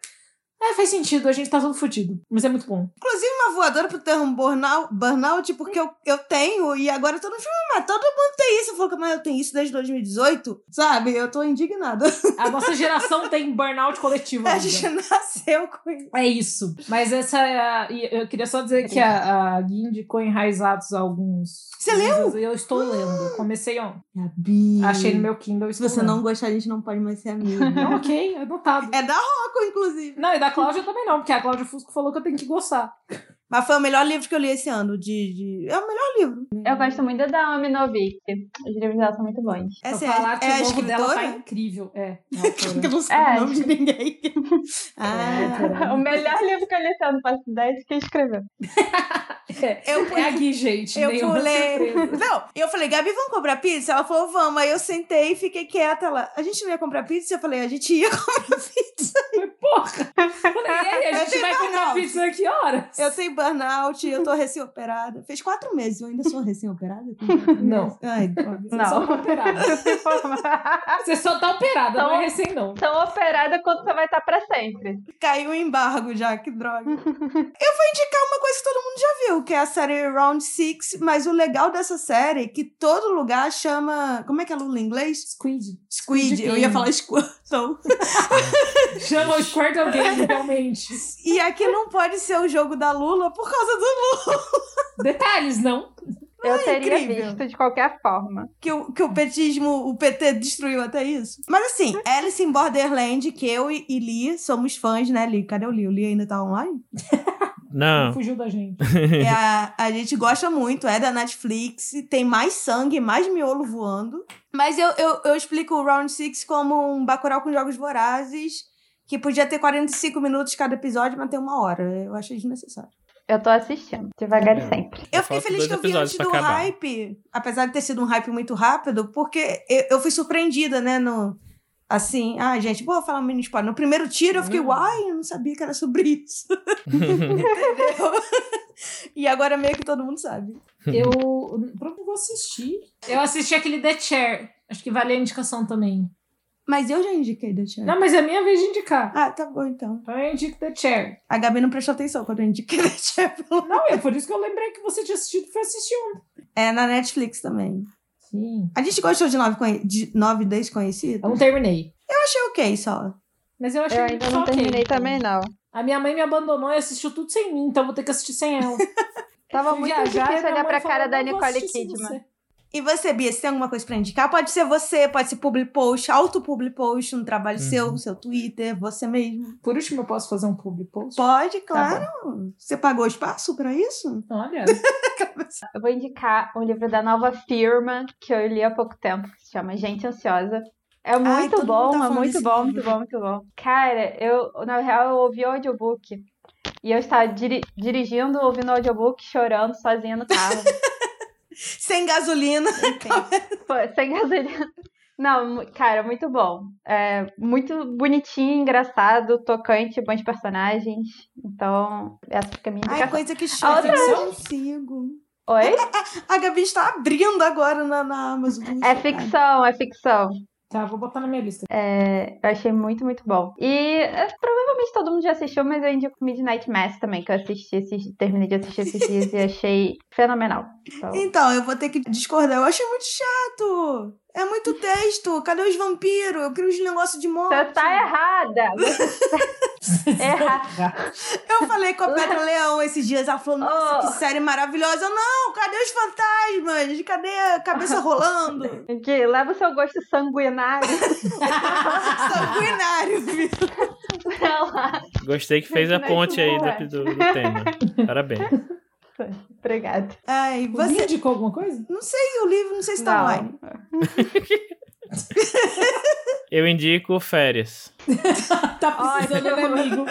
S2: É, faz sentido, a gente tá todo fodido. Mas é muito bom.
S1: Inclusive, uma voadora pro termo burnout, burnout porque eu, eu tenho e agora todo mundo filme, mas todo mundo tem isso. Eu falo, mas eu tenho isso desde 2018, sabe? Eu tô indignada. *laughs*
S2: A nossa geração tem burnout coletivo.
S1: A
S2: amiga.
S1: gente nasceu com isso.
S2: É isso. Mas essa é a, e Eu queria só dizer que a, a Gui indicou enraizados alguns.
S1: Você leu?
S2: livros, e Eu estou lendo. Eu Comecei ontem.
S1: Gabi.
S2: Achei no meu Kindle.
S1: Se você não gostar, a gente não pode mais ser amigo.
S2: Não, ok, anotado.
S1: *laughs* É da Rocco, inclusive.
S2: Não, e da Cláudia também não, porque a Cláudia Fusco falou que eu tenho que gostar.
S1: Mas foi o melhor livro que eu li esse ano. De, de- É o melhor livro.
S4: Eu gosto muito da Omi Novik. Os livros dela são muito bons.
S2: Pra
S1: Essa é,
S2: falar que
S1: é a
S2: o novo dela tá
S1: escritora?
S2: incrível. É. é a
S1: *laughs* Que eu
S2: autora.
S1: não sei o
S4: É.
S1: nome de *laughs* ninguém.
S2: É,
S1: Ah,
S4: O melhor livro que eu li esse ano, faço ideia de quem escreveu.
S1: eu
S2: é a Gui, gente.
S1: Eu
S2: nenhuma
S1: pulei.
S2: surpresa.
S1: Não, e eu falei, Gabi, vamos comprar pizza? Ela falou, vamos. Aí eu sentei e fiquei quieta lá. A gente não ia comprar pizza? Eu falei, a gente ia comprar pizza.
S2: Porra! Falei, e aí, a
S1: Eu
S2: gente
S1: tenho
S2: vai comprar
S1: burnout.
S2: pizza que horas?
S1: Eu tenho burnout, eu tô recém-operada. Fez quatro meses, eu ainda sou recém-operada?
S2: Não.
S1: Ai, droga.
S2: Você só
S4: Não.
S2: tá operada.
S4: *laughs*
S2: Você só tá operada, não
S4: Então-
S2: é recém, não.
S4: São operada quando você vai estar pra sempre.
S1: Caiu o embargo já, que droga. Eu vou indicar uma coisa que todo mundo já viu, que é a série Round Six. Mas o legal dessa série é que todo lugar chama... Como é que é a lula em inglês?
S2: Squid.
S1: Squid.
S2: Squid
S1: eu
S2: Game.
S1: ia falar *laughs* Squirtle.
S2: Chama o Squirt alguém, realmente.
S1: e aqui não pode ser o jogo da lula por causa do
S2: Detalhes, não.
S4: Eu teria
S1: incrível.
S4: visto de qualquer forma.
S1: que o, que o petismo, o PT destruiu até isso. Mas assim, Alice in Borderland, que eu e, e Li somos fãs, né, Li? Cadê o Li? O Li ainda tá online?
S3: Não.
S2: Fugiu da gente.
S1: É a, a gente gosta muito, é da Netflix, tem mais sangue, mais miolo voando. Mas eu, eu, eu explico o Round Six como um Bacurau com jogos vorazes, que podia ter 45 minutos cada episódio, mas tem uma hora. Eu achei desnecessário.
S4: Eu tô assistindo, devagar e
S3: É.
S1: Eu
S4: sempre.
S3: Só
S1: fiquei
S3: faltam
S1: feliz
S3: dois
S1: que eu vi
S3: episódios
S1: antes
S3: pra
S1: do
S3: acabar.
S1: hype, apesar de ter sido um hype muito rápido, porque eu, eu fui surpreendida, né? No, assim, ah, gente, vou falar um mini spoiler. No primeiro tiro eu fiquei,
S2: Hum.
S1: uai, eu não sabia que era sobre isso. Entendeu? e agora meio que todo mundo sabe.
S2: Eu pronto, eu vou assistir. Eu assisti aquele The Chair. Acho que vale a indicação também.
S1: Mas eu já indiquei da Tia.
S2: Não, mas é a minha vez de indicar.
S1: Ah, tá bom então.
S2: Então eu indico The Chair.
S1: A Gabi não prestou atenção quando eu indiquei da Tia.
S2: Não, é por isso que eu lembrei que você tinha assistido e foi assistir ontem.
S1: É, na Netflix também.
S2: Sim.
S1: A gente gostou de nove, conhe- de nove desconhecidos?
S2: Eu não terminei.
S1: Eu achei ok só.
S2: Mas eu achei
S4: Eu ainda
S2: só
S4: não
S2: ok.
S4: terminei também, não.
S2: A minha mãe me abandonou e assistiu tudo sem mim, então vou ter que assistir sem
S5: *laughs*
S2: ela.
S4: Tava
S2: Fui
S4: muito
S2: viajar,
S4: difícil
S2: minha
S4: olhar
S2: mãe
S4: pra
S2: falou,
S4: cara da
S2: "Não, vou
S4: Nicole
S2: assistir sem
S4: Kidman.
S2: você."
S1: E você, Bia, você tem alguma coisa pra indicar? Pode ser você, pode ser public post, auto public post, um trabalho
S3: Uhum.
S1: seu, seu Twitter, você mesmo.
S2: Por último, eu posso fazer um public post?
S5: Tá.
S1: Pode, claro. você pagou espaço pra isso?
S2: Olha.
S4: Eu vou indicar um livro da nova firma que eu li há pouco tempo, que se chama Gente Ansiosa. É muito
S1: todo
S4: bom,
S1: mundo tá
S4: é
S1: falando
S4: muito
S1: desse
S4: bom,
S1: livro.
S4: muito bom, muito bom. Cara, eu, na real, eu ouvi o audiobook. E eu estava diri- dirigindo, ouvindo o audiobook, chorando sozinha no carro.
S1: Sem gasolina.
S4: Foi, sem gasolina. Não, mu- cara, muito bom. É, muito bonitinho, engraçado, tocante, bons personagens. Então, essa fica a minha
S1: Ai,
S4: indicação.
S1: coisa que chata, eu
S2: outra-
S1: não consigo.
S4: Oi?
S1: A Gabi está abrindo agora na, na Amazon.
S4: É ficção, é ficção.
S2: Tá, vou botar na minha lista.
S4: É, eu achei muito, muito bom. E é, provavelmente todo mundo já assistiu, mas eu indico Midnight Mass também, que eu assisti, esses- terminei de assistir esses dias e achei fenomenal.
S1: *laughs*
S4: Então,
S1: Então, eu vou ter que discordar. Eu achei muito chato. É muito texto. Cadê os vampiros? Eu queria os negócios de morte.
S4: você tá errada! Você tá errada.
S1: Eu falei com a Petra
S4: *laughs*
S1: Leão esses dias, ela falou, nossa,
S4: Oh.
S1: que série maravilhosa. Eu, Não, cadê os fantasmas? Cadê a
S4: *laughs*
S1: cabeça rolando?
S4: Gui, leva o seu gosto sanguinário *laughs*
S1: Sanguinário, viu?
S4: pra lá.
S3: Gostei que fez a
S4: Mas
S3: ponte aí
S4: boa.
S3: do, do, do tema. Parabéns.
S4: Obrigada.
S1: Ai,
S2: Você
S1: você
S2: indicou alguma coisa?
S1: não sei o livro, não sei se tá
S4: Não.
S1: online.
S3: Eu indico férias.
S5: Tá precisando de amigo.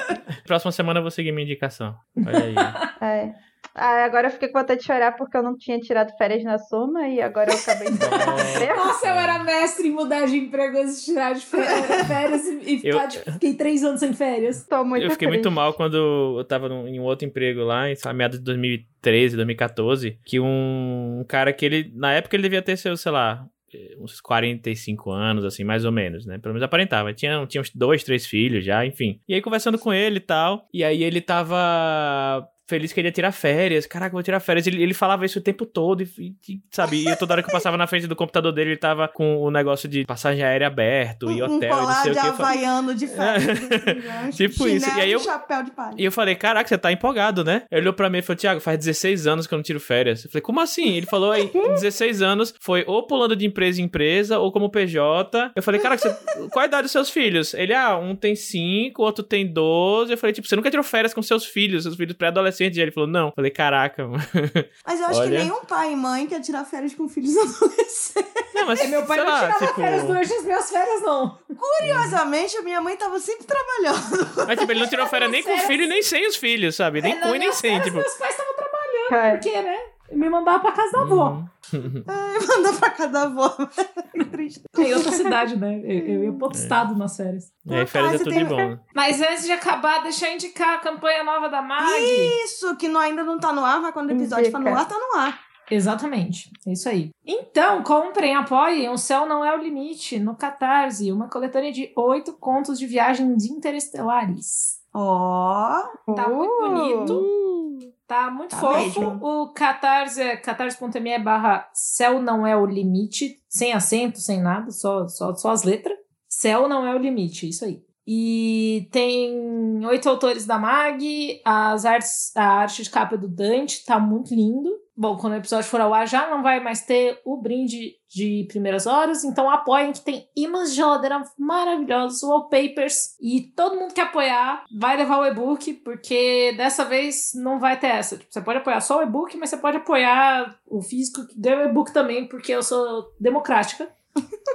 S3: Próxima semana eu vou seguir minha indicação. Olha aí.
S4: É. Ah, agora eu fiquei com vontade de chorar porque eu não tinha tirado férias na Suma e agora eu acabei *laughs* de trocar de emprego.
S5: Nossa, eu era mestre em mudar de emprego antes de tirar *laughs* de férias, férias e e
S3: Eu-
S5: ficar, tipo, fiquei três anos sem férias.
S4: Tô muito
S3: eu fiquei
S4: triste.
S3: muito mal quando eu tava num- em um outro emprego lá, em sabe, meados de 2013, 2014, que um, um cara que ele, na época ele devia ter seus, sei lá, eh, uns 45 anos, assim, mais ou menos, né? Pelo menos aparentava. Tinha, tinha uns dois, três filhos já, enfim. E aí conversando com ele e tal, e aí ele tava feliz que ele ia tirar férias. Caraca, vou tirar férias. Ele, ele falava isso o tempo todo, e, e- e, sabe? E eu, toda hora que eu passava na frente do computador dele, ele tava com o negócio de passagem aérea aberto e
S1: um
S3: hotel e não
S1: colar
S3: sei o
S1: de
S3: que. Eu falava,
S1: havaiano
S3: *laughs*
S1: de férias. assim, né?
S3: Tipo isso.
S1: Chinelo
S3: E aí eu-
S1: chapéu de palha.
S3: e eu falei, caraca, você tá empolgado, né? Ele olhou pra mim e falou, Thiago, faz 16 anos que eu não tiro férias. Eu falei, como assim? Ele falou, aí, 16 anos foi ou pulando de empresa em empresa, ou como PJ. Eu falei, caraca, você... qual a idade dos seus filhos? Ele, ah, um tem 5, outro tem 12. Eu falei, tipo, você nunca tirou férias com seus filhos, seus filhos pré-adolescentes? E ele falou, não. Eu falei, caraca, mano.
S1: Mas eu acho que
S3: Olha.
S1: nenhum pai e mãe quer tirar férias com filhos *laughs* adolescentes.
S3: Não, mas,
S5: É, meu pai
S3: sei
S5: não
S3: lá,
S5: tirava
S3: tipo...
S5: férias durante as minhas férias, não.
S1: Curiosamente, a minha mãe tava sempre trabalhando.
S3: Mas, tipo, ele não tirou férias nem com o filho e nem sem os filhos, sabe? Nem
S5: É,
S3: com e nem
S5: minhas
S3: sem,
S5: férias,
S3: tipo...
S5: Meus pais estavam trabalhando,
S2: É.
S4: Cara,
S5: porque, né? Me mandava pra casa da avó.
S3: hum.
S1: Manda pra casa da avó. *laughs* Que triste.
S5: É em outra cidade, né? Eu, eu ia pro outro estado nas férias.
S3: E aí, férias é
S1: Rapaz,
S3: tudo
S1: eu
S3: de bom, né?
S2: Mas antes de acabar, deixa eu indicar a campanha nova da Mag.
S1: Isso, que não, ainda não tá no ar, mas quando o episódio tá no
S4: Indica.
S1: ar, tá no ar.
S2: Exatamente, é isso aí. Então, comprem, apoiem O Céu Não É o Limite, no Catarse, uma coletânea de oito contos de viagens interestelares.
S1: Ó,
S2: Tá muito
S4: Oh! uh,
S2: bonito, tá muito
S1: Tá
S2: fofo.
S1: mesmo.
S2: O Catarse é catarse.me barra Céu Não É o Limite, sem acento, sem nada, só, só, só as letras. Céu Não É o Limite, isso aí. E tem oito autores da MAG, as artes, a arte de capa é do Dante, tá muito lindo. Bom, quando o episódio for ao ar já não vai mais ter o brinde de primeiras horas, então apoiem que tem imãs de geladeira maravilhosos, wallpapers, e todo mundo que apoiar vai levar o e-book, porque dessa vez não vai ter essa. Tipo, você pode apoiar só o e-book, mas você pode apoiar o físico que ganha o e-book também, porque eu sou democrática.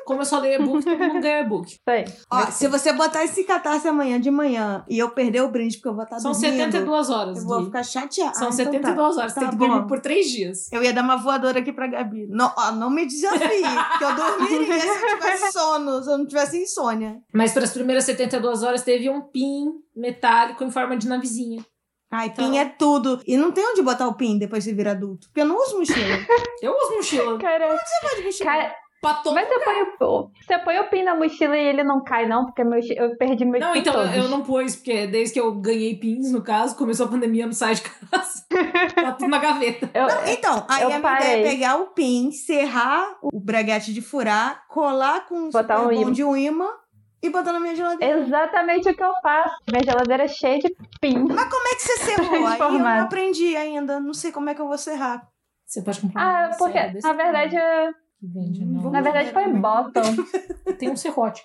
S2: Como eu só leio e-book, todo mundo ganha o e-book.
S4: Isso aí.
S1: ó, se você botar esse catarse amanhã de manhã e eu perder o brinde porque eu vou estar
S2: São
S1: dormindo,
S2: 72 horas.
S1: eu vou
S2: Gui.
S1: ficar chateada.
S2: São
S1: Ah, então tá.
S2: 72 horas.
S1: Tá
S2: tem que
S1: bom.
S2: dormir por 3 dias.
S1: Eu ia dar uma voadora aqui pra Gabi. Não, ó, não me desafie, que eu dormiria se eu tivesse sono, se eu não tivesse insônia.
S2: Mas para as primeiras 72 horas teve um pin metálico em forma de navezinha.
S1: Ai,
S2: Então-
S1: PIN é tudo. E não tem onde botar o PIN depois de vir adulto. Porque eu não uso mochila.
S2: Eu uso mochila.
S4: Cara,
S1: Pode mochila.
S4: cara,
S2: Patom.
S4: mas você põe, o, você põe o pin na mochila e ele não cai, não, porque meu, eu perdi meu
S2: Não, então eu- eu não pus, porque desde que eu ganhei pins, no caso, começou a pandemia, eu não sai de *laughs* casa. tá tudo na gaveta.
S4: Eu,
S1: Então, aí
S4: Eu
S1: a minha
S4: parei.
S1: ideia é pegar o PIN, serrar o braguete de furar, colar com
S4: Botar um
S1: super bom
S4: ímã.
S1: de um imã e botar na minha geladeira.
S4: Exatamente o que eu faço. Minha geladeira é cheia de pin.
S1: Mas como é que você serrou? aí eu não
S4: Informado.
S1: aprendi ainda. Não sei como é que eu vou serrar.
S2: Você pode comprar
S4: Ah,
S2: uma
S4: porque
S2: serra desse
S4: na verdade,
S2: tamanho
S4: eu-
S2: que vende,
S1: Hum,
S2: não.
S1: vamos
S4: na verdade foi
S2: Uhum.
S4: bottom.
S2: Tem um
S1: *laughs*
S2: serrote.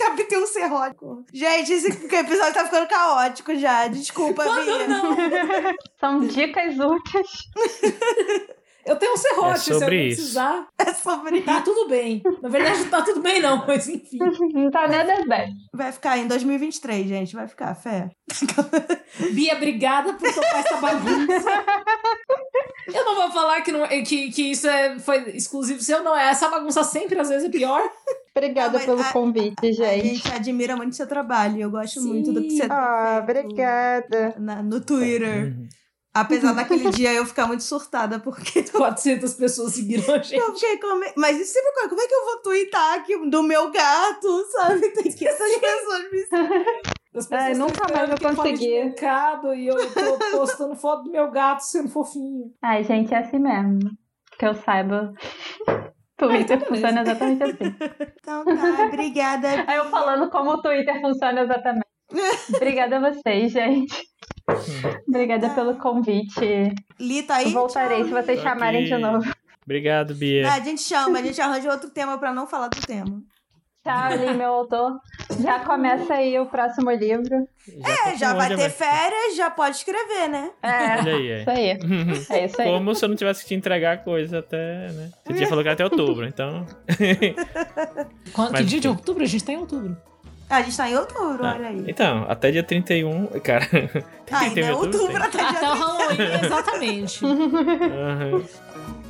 S1: Gabi tem um serrótico. Gente, esse episódio tá ficando caótico já. Desculpa, Bia.
S2: Quando não?
S4: São dicas úteis. *laughs*
S2: Eu tenho um serrote,
S3: É
S2: se eu
S3: sobre isso.
S2: precisar.
S1: É sobre
S2: Tá tudo bem. Na verdade, não tá tudo bem, não, *laughs* mas enfim.
S4: Não tá nada bem.
S1: Vai ficar em 2023, gente. Vai ficar, fé.
S2: Bia, obrigada por topar essa bagunça. Eu não vou falar que, não, que, que isso é, foi exclusivo seu, não. é Essa bagunça sempre, às vezes, é pior.
S4: Obrigada
S1: Não, mas
S4: pelo
S1: a-
S4: convite,
S1: A
S4: gente.
S1: gente admira muito seu trabalho. e Eu gosto muito do que você
S2: Sim.
S1: tem
S4: Ah,
S1: feito
S4: obrigada.
S1: na- no Twitter.
S3: Uhum.
S1: Apesar
S2: *laughs*
S1: daquele dia eu ficar muito surtada, porque *laughs*
S2: 400 pessoas seguiram a gente.
S1: eu fiquei com... Mas isso sempre ocorre. Como é que eu vou twittar aqui do meu gato, sabe? Tem
S2: *laughs*
S1: que essas pessoas me...
S2: As pessoas estão
S4: Ai, É, nunca
S2: esperando
S4: mais eu
S2: que fale
S4: consegui.
S2: de mercado E eu tô postando foto do meu gato sendo fofinho.
S4: Ai, gente, é assim mesmo. Que eu saiba. Twitter funciona exatamente assim.
S1: Então tá, obrigada.
S4: Aí eu falando como o Twitter funciona exatamente. Obrigada a vocês,
S3: *laughs*
S4: gente. Obrigada pelo convite.
S1: Li, tá aí?
S4: Voltarei se vocês
S3: Tô
S4: chamarem de
S3: tá aqui.
S4: novo.
S3: Obrigado, Bia.
S1: Ah, a gente chama, a gente arranja outro tema pra não falar do tema.
S4: Tchau, Li, Tá meu autor. Já começa aí o próximo livro.
S3: tá
S1: É, já
S3: com
S1: vai
S3: onde,
S1: ter férias, já pode escrever, né?
S4: É,
S3: Olha aí, é.
S4: isso
S3: *laughs*
S4: aí. É isso aí.
S3: Como se eu não tivesse que te entregar coisa até, né? Você tinha falado que era até outubro, então.
S2: Quando, que
S3: Mas-
S2: dia de outubro? A gente tá em outubro.
S1: A gente tá em outubro,
S3: Ah,
S1: olha *laughs* aí.
S3: Então, até dia 31. Cara. *laughs*
S1: Ainda é
S3: tem outubro, né?
S2: É
S1: outubro tá
S2: Ah, tá
S3: tem.
S1: até dia
S2: Até o Halloween, exatamente.
S3: Aham.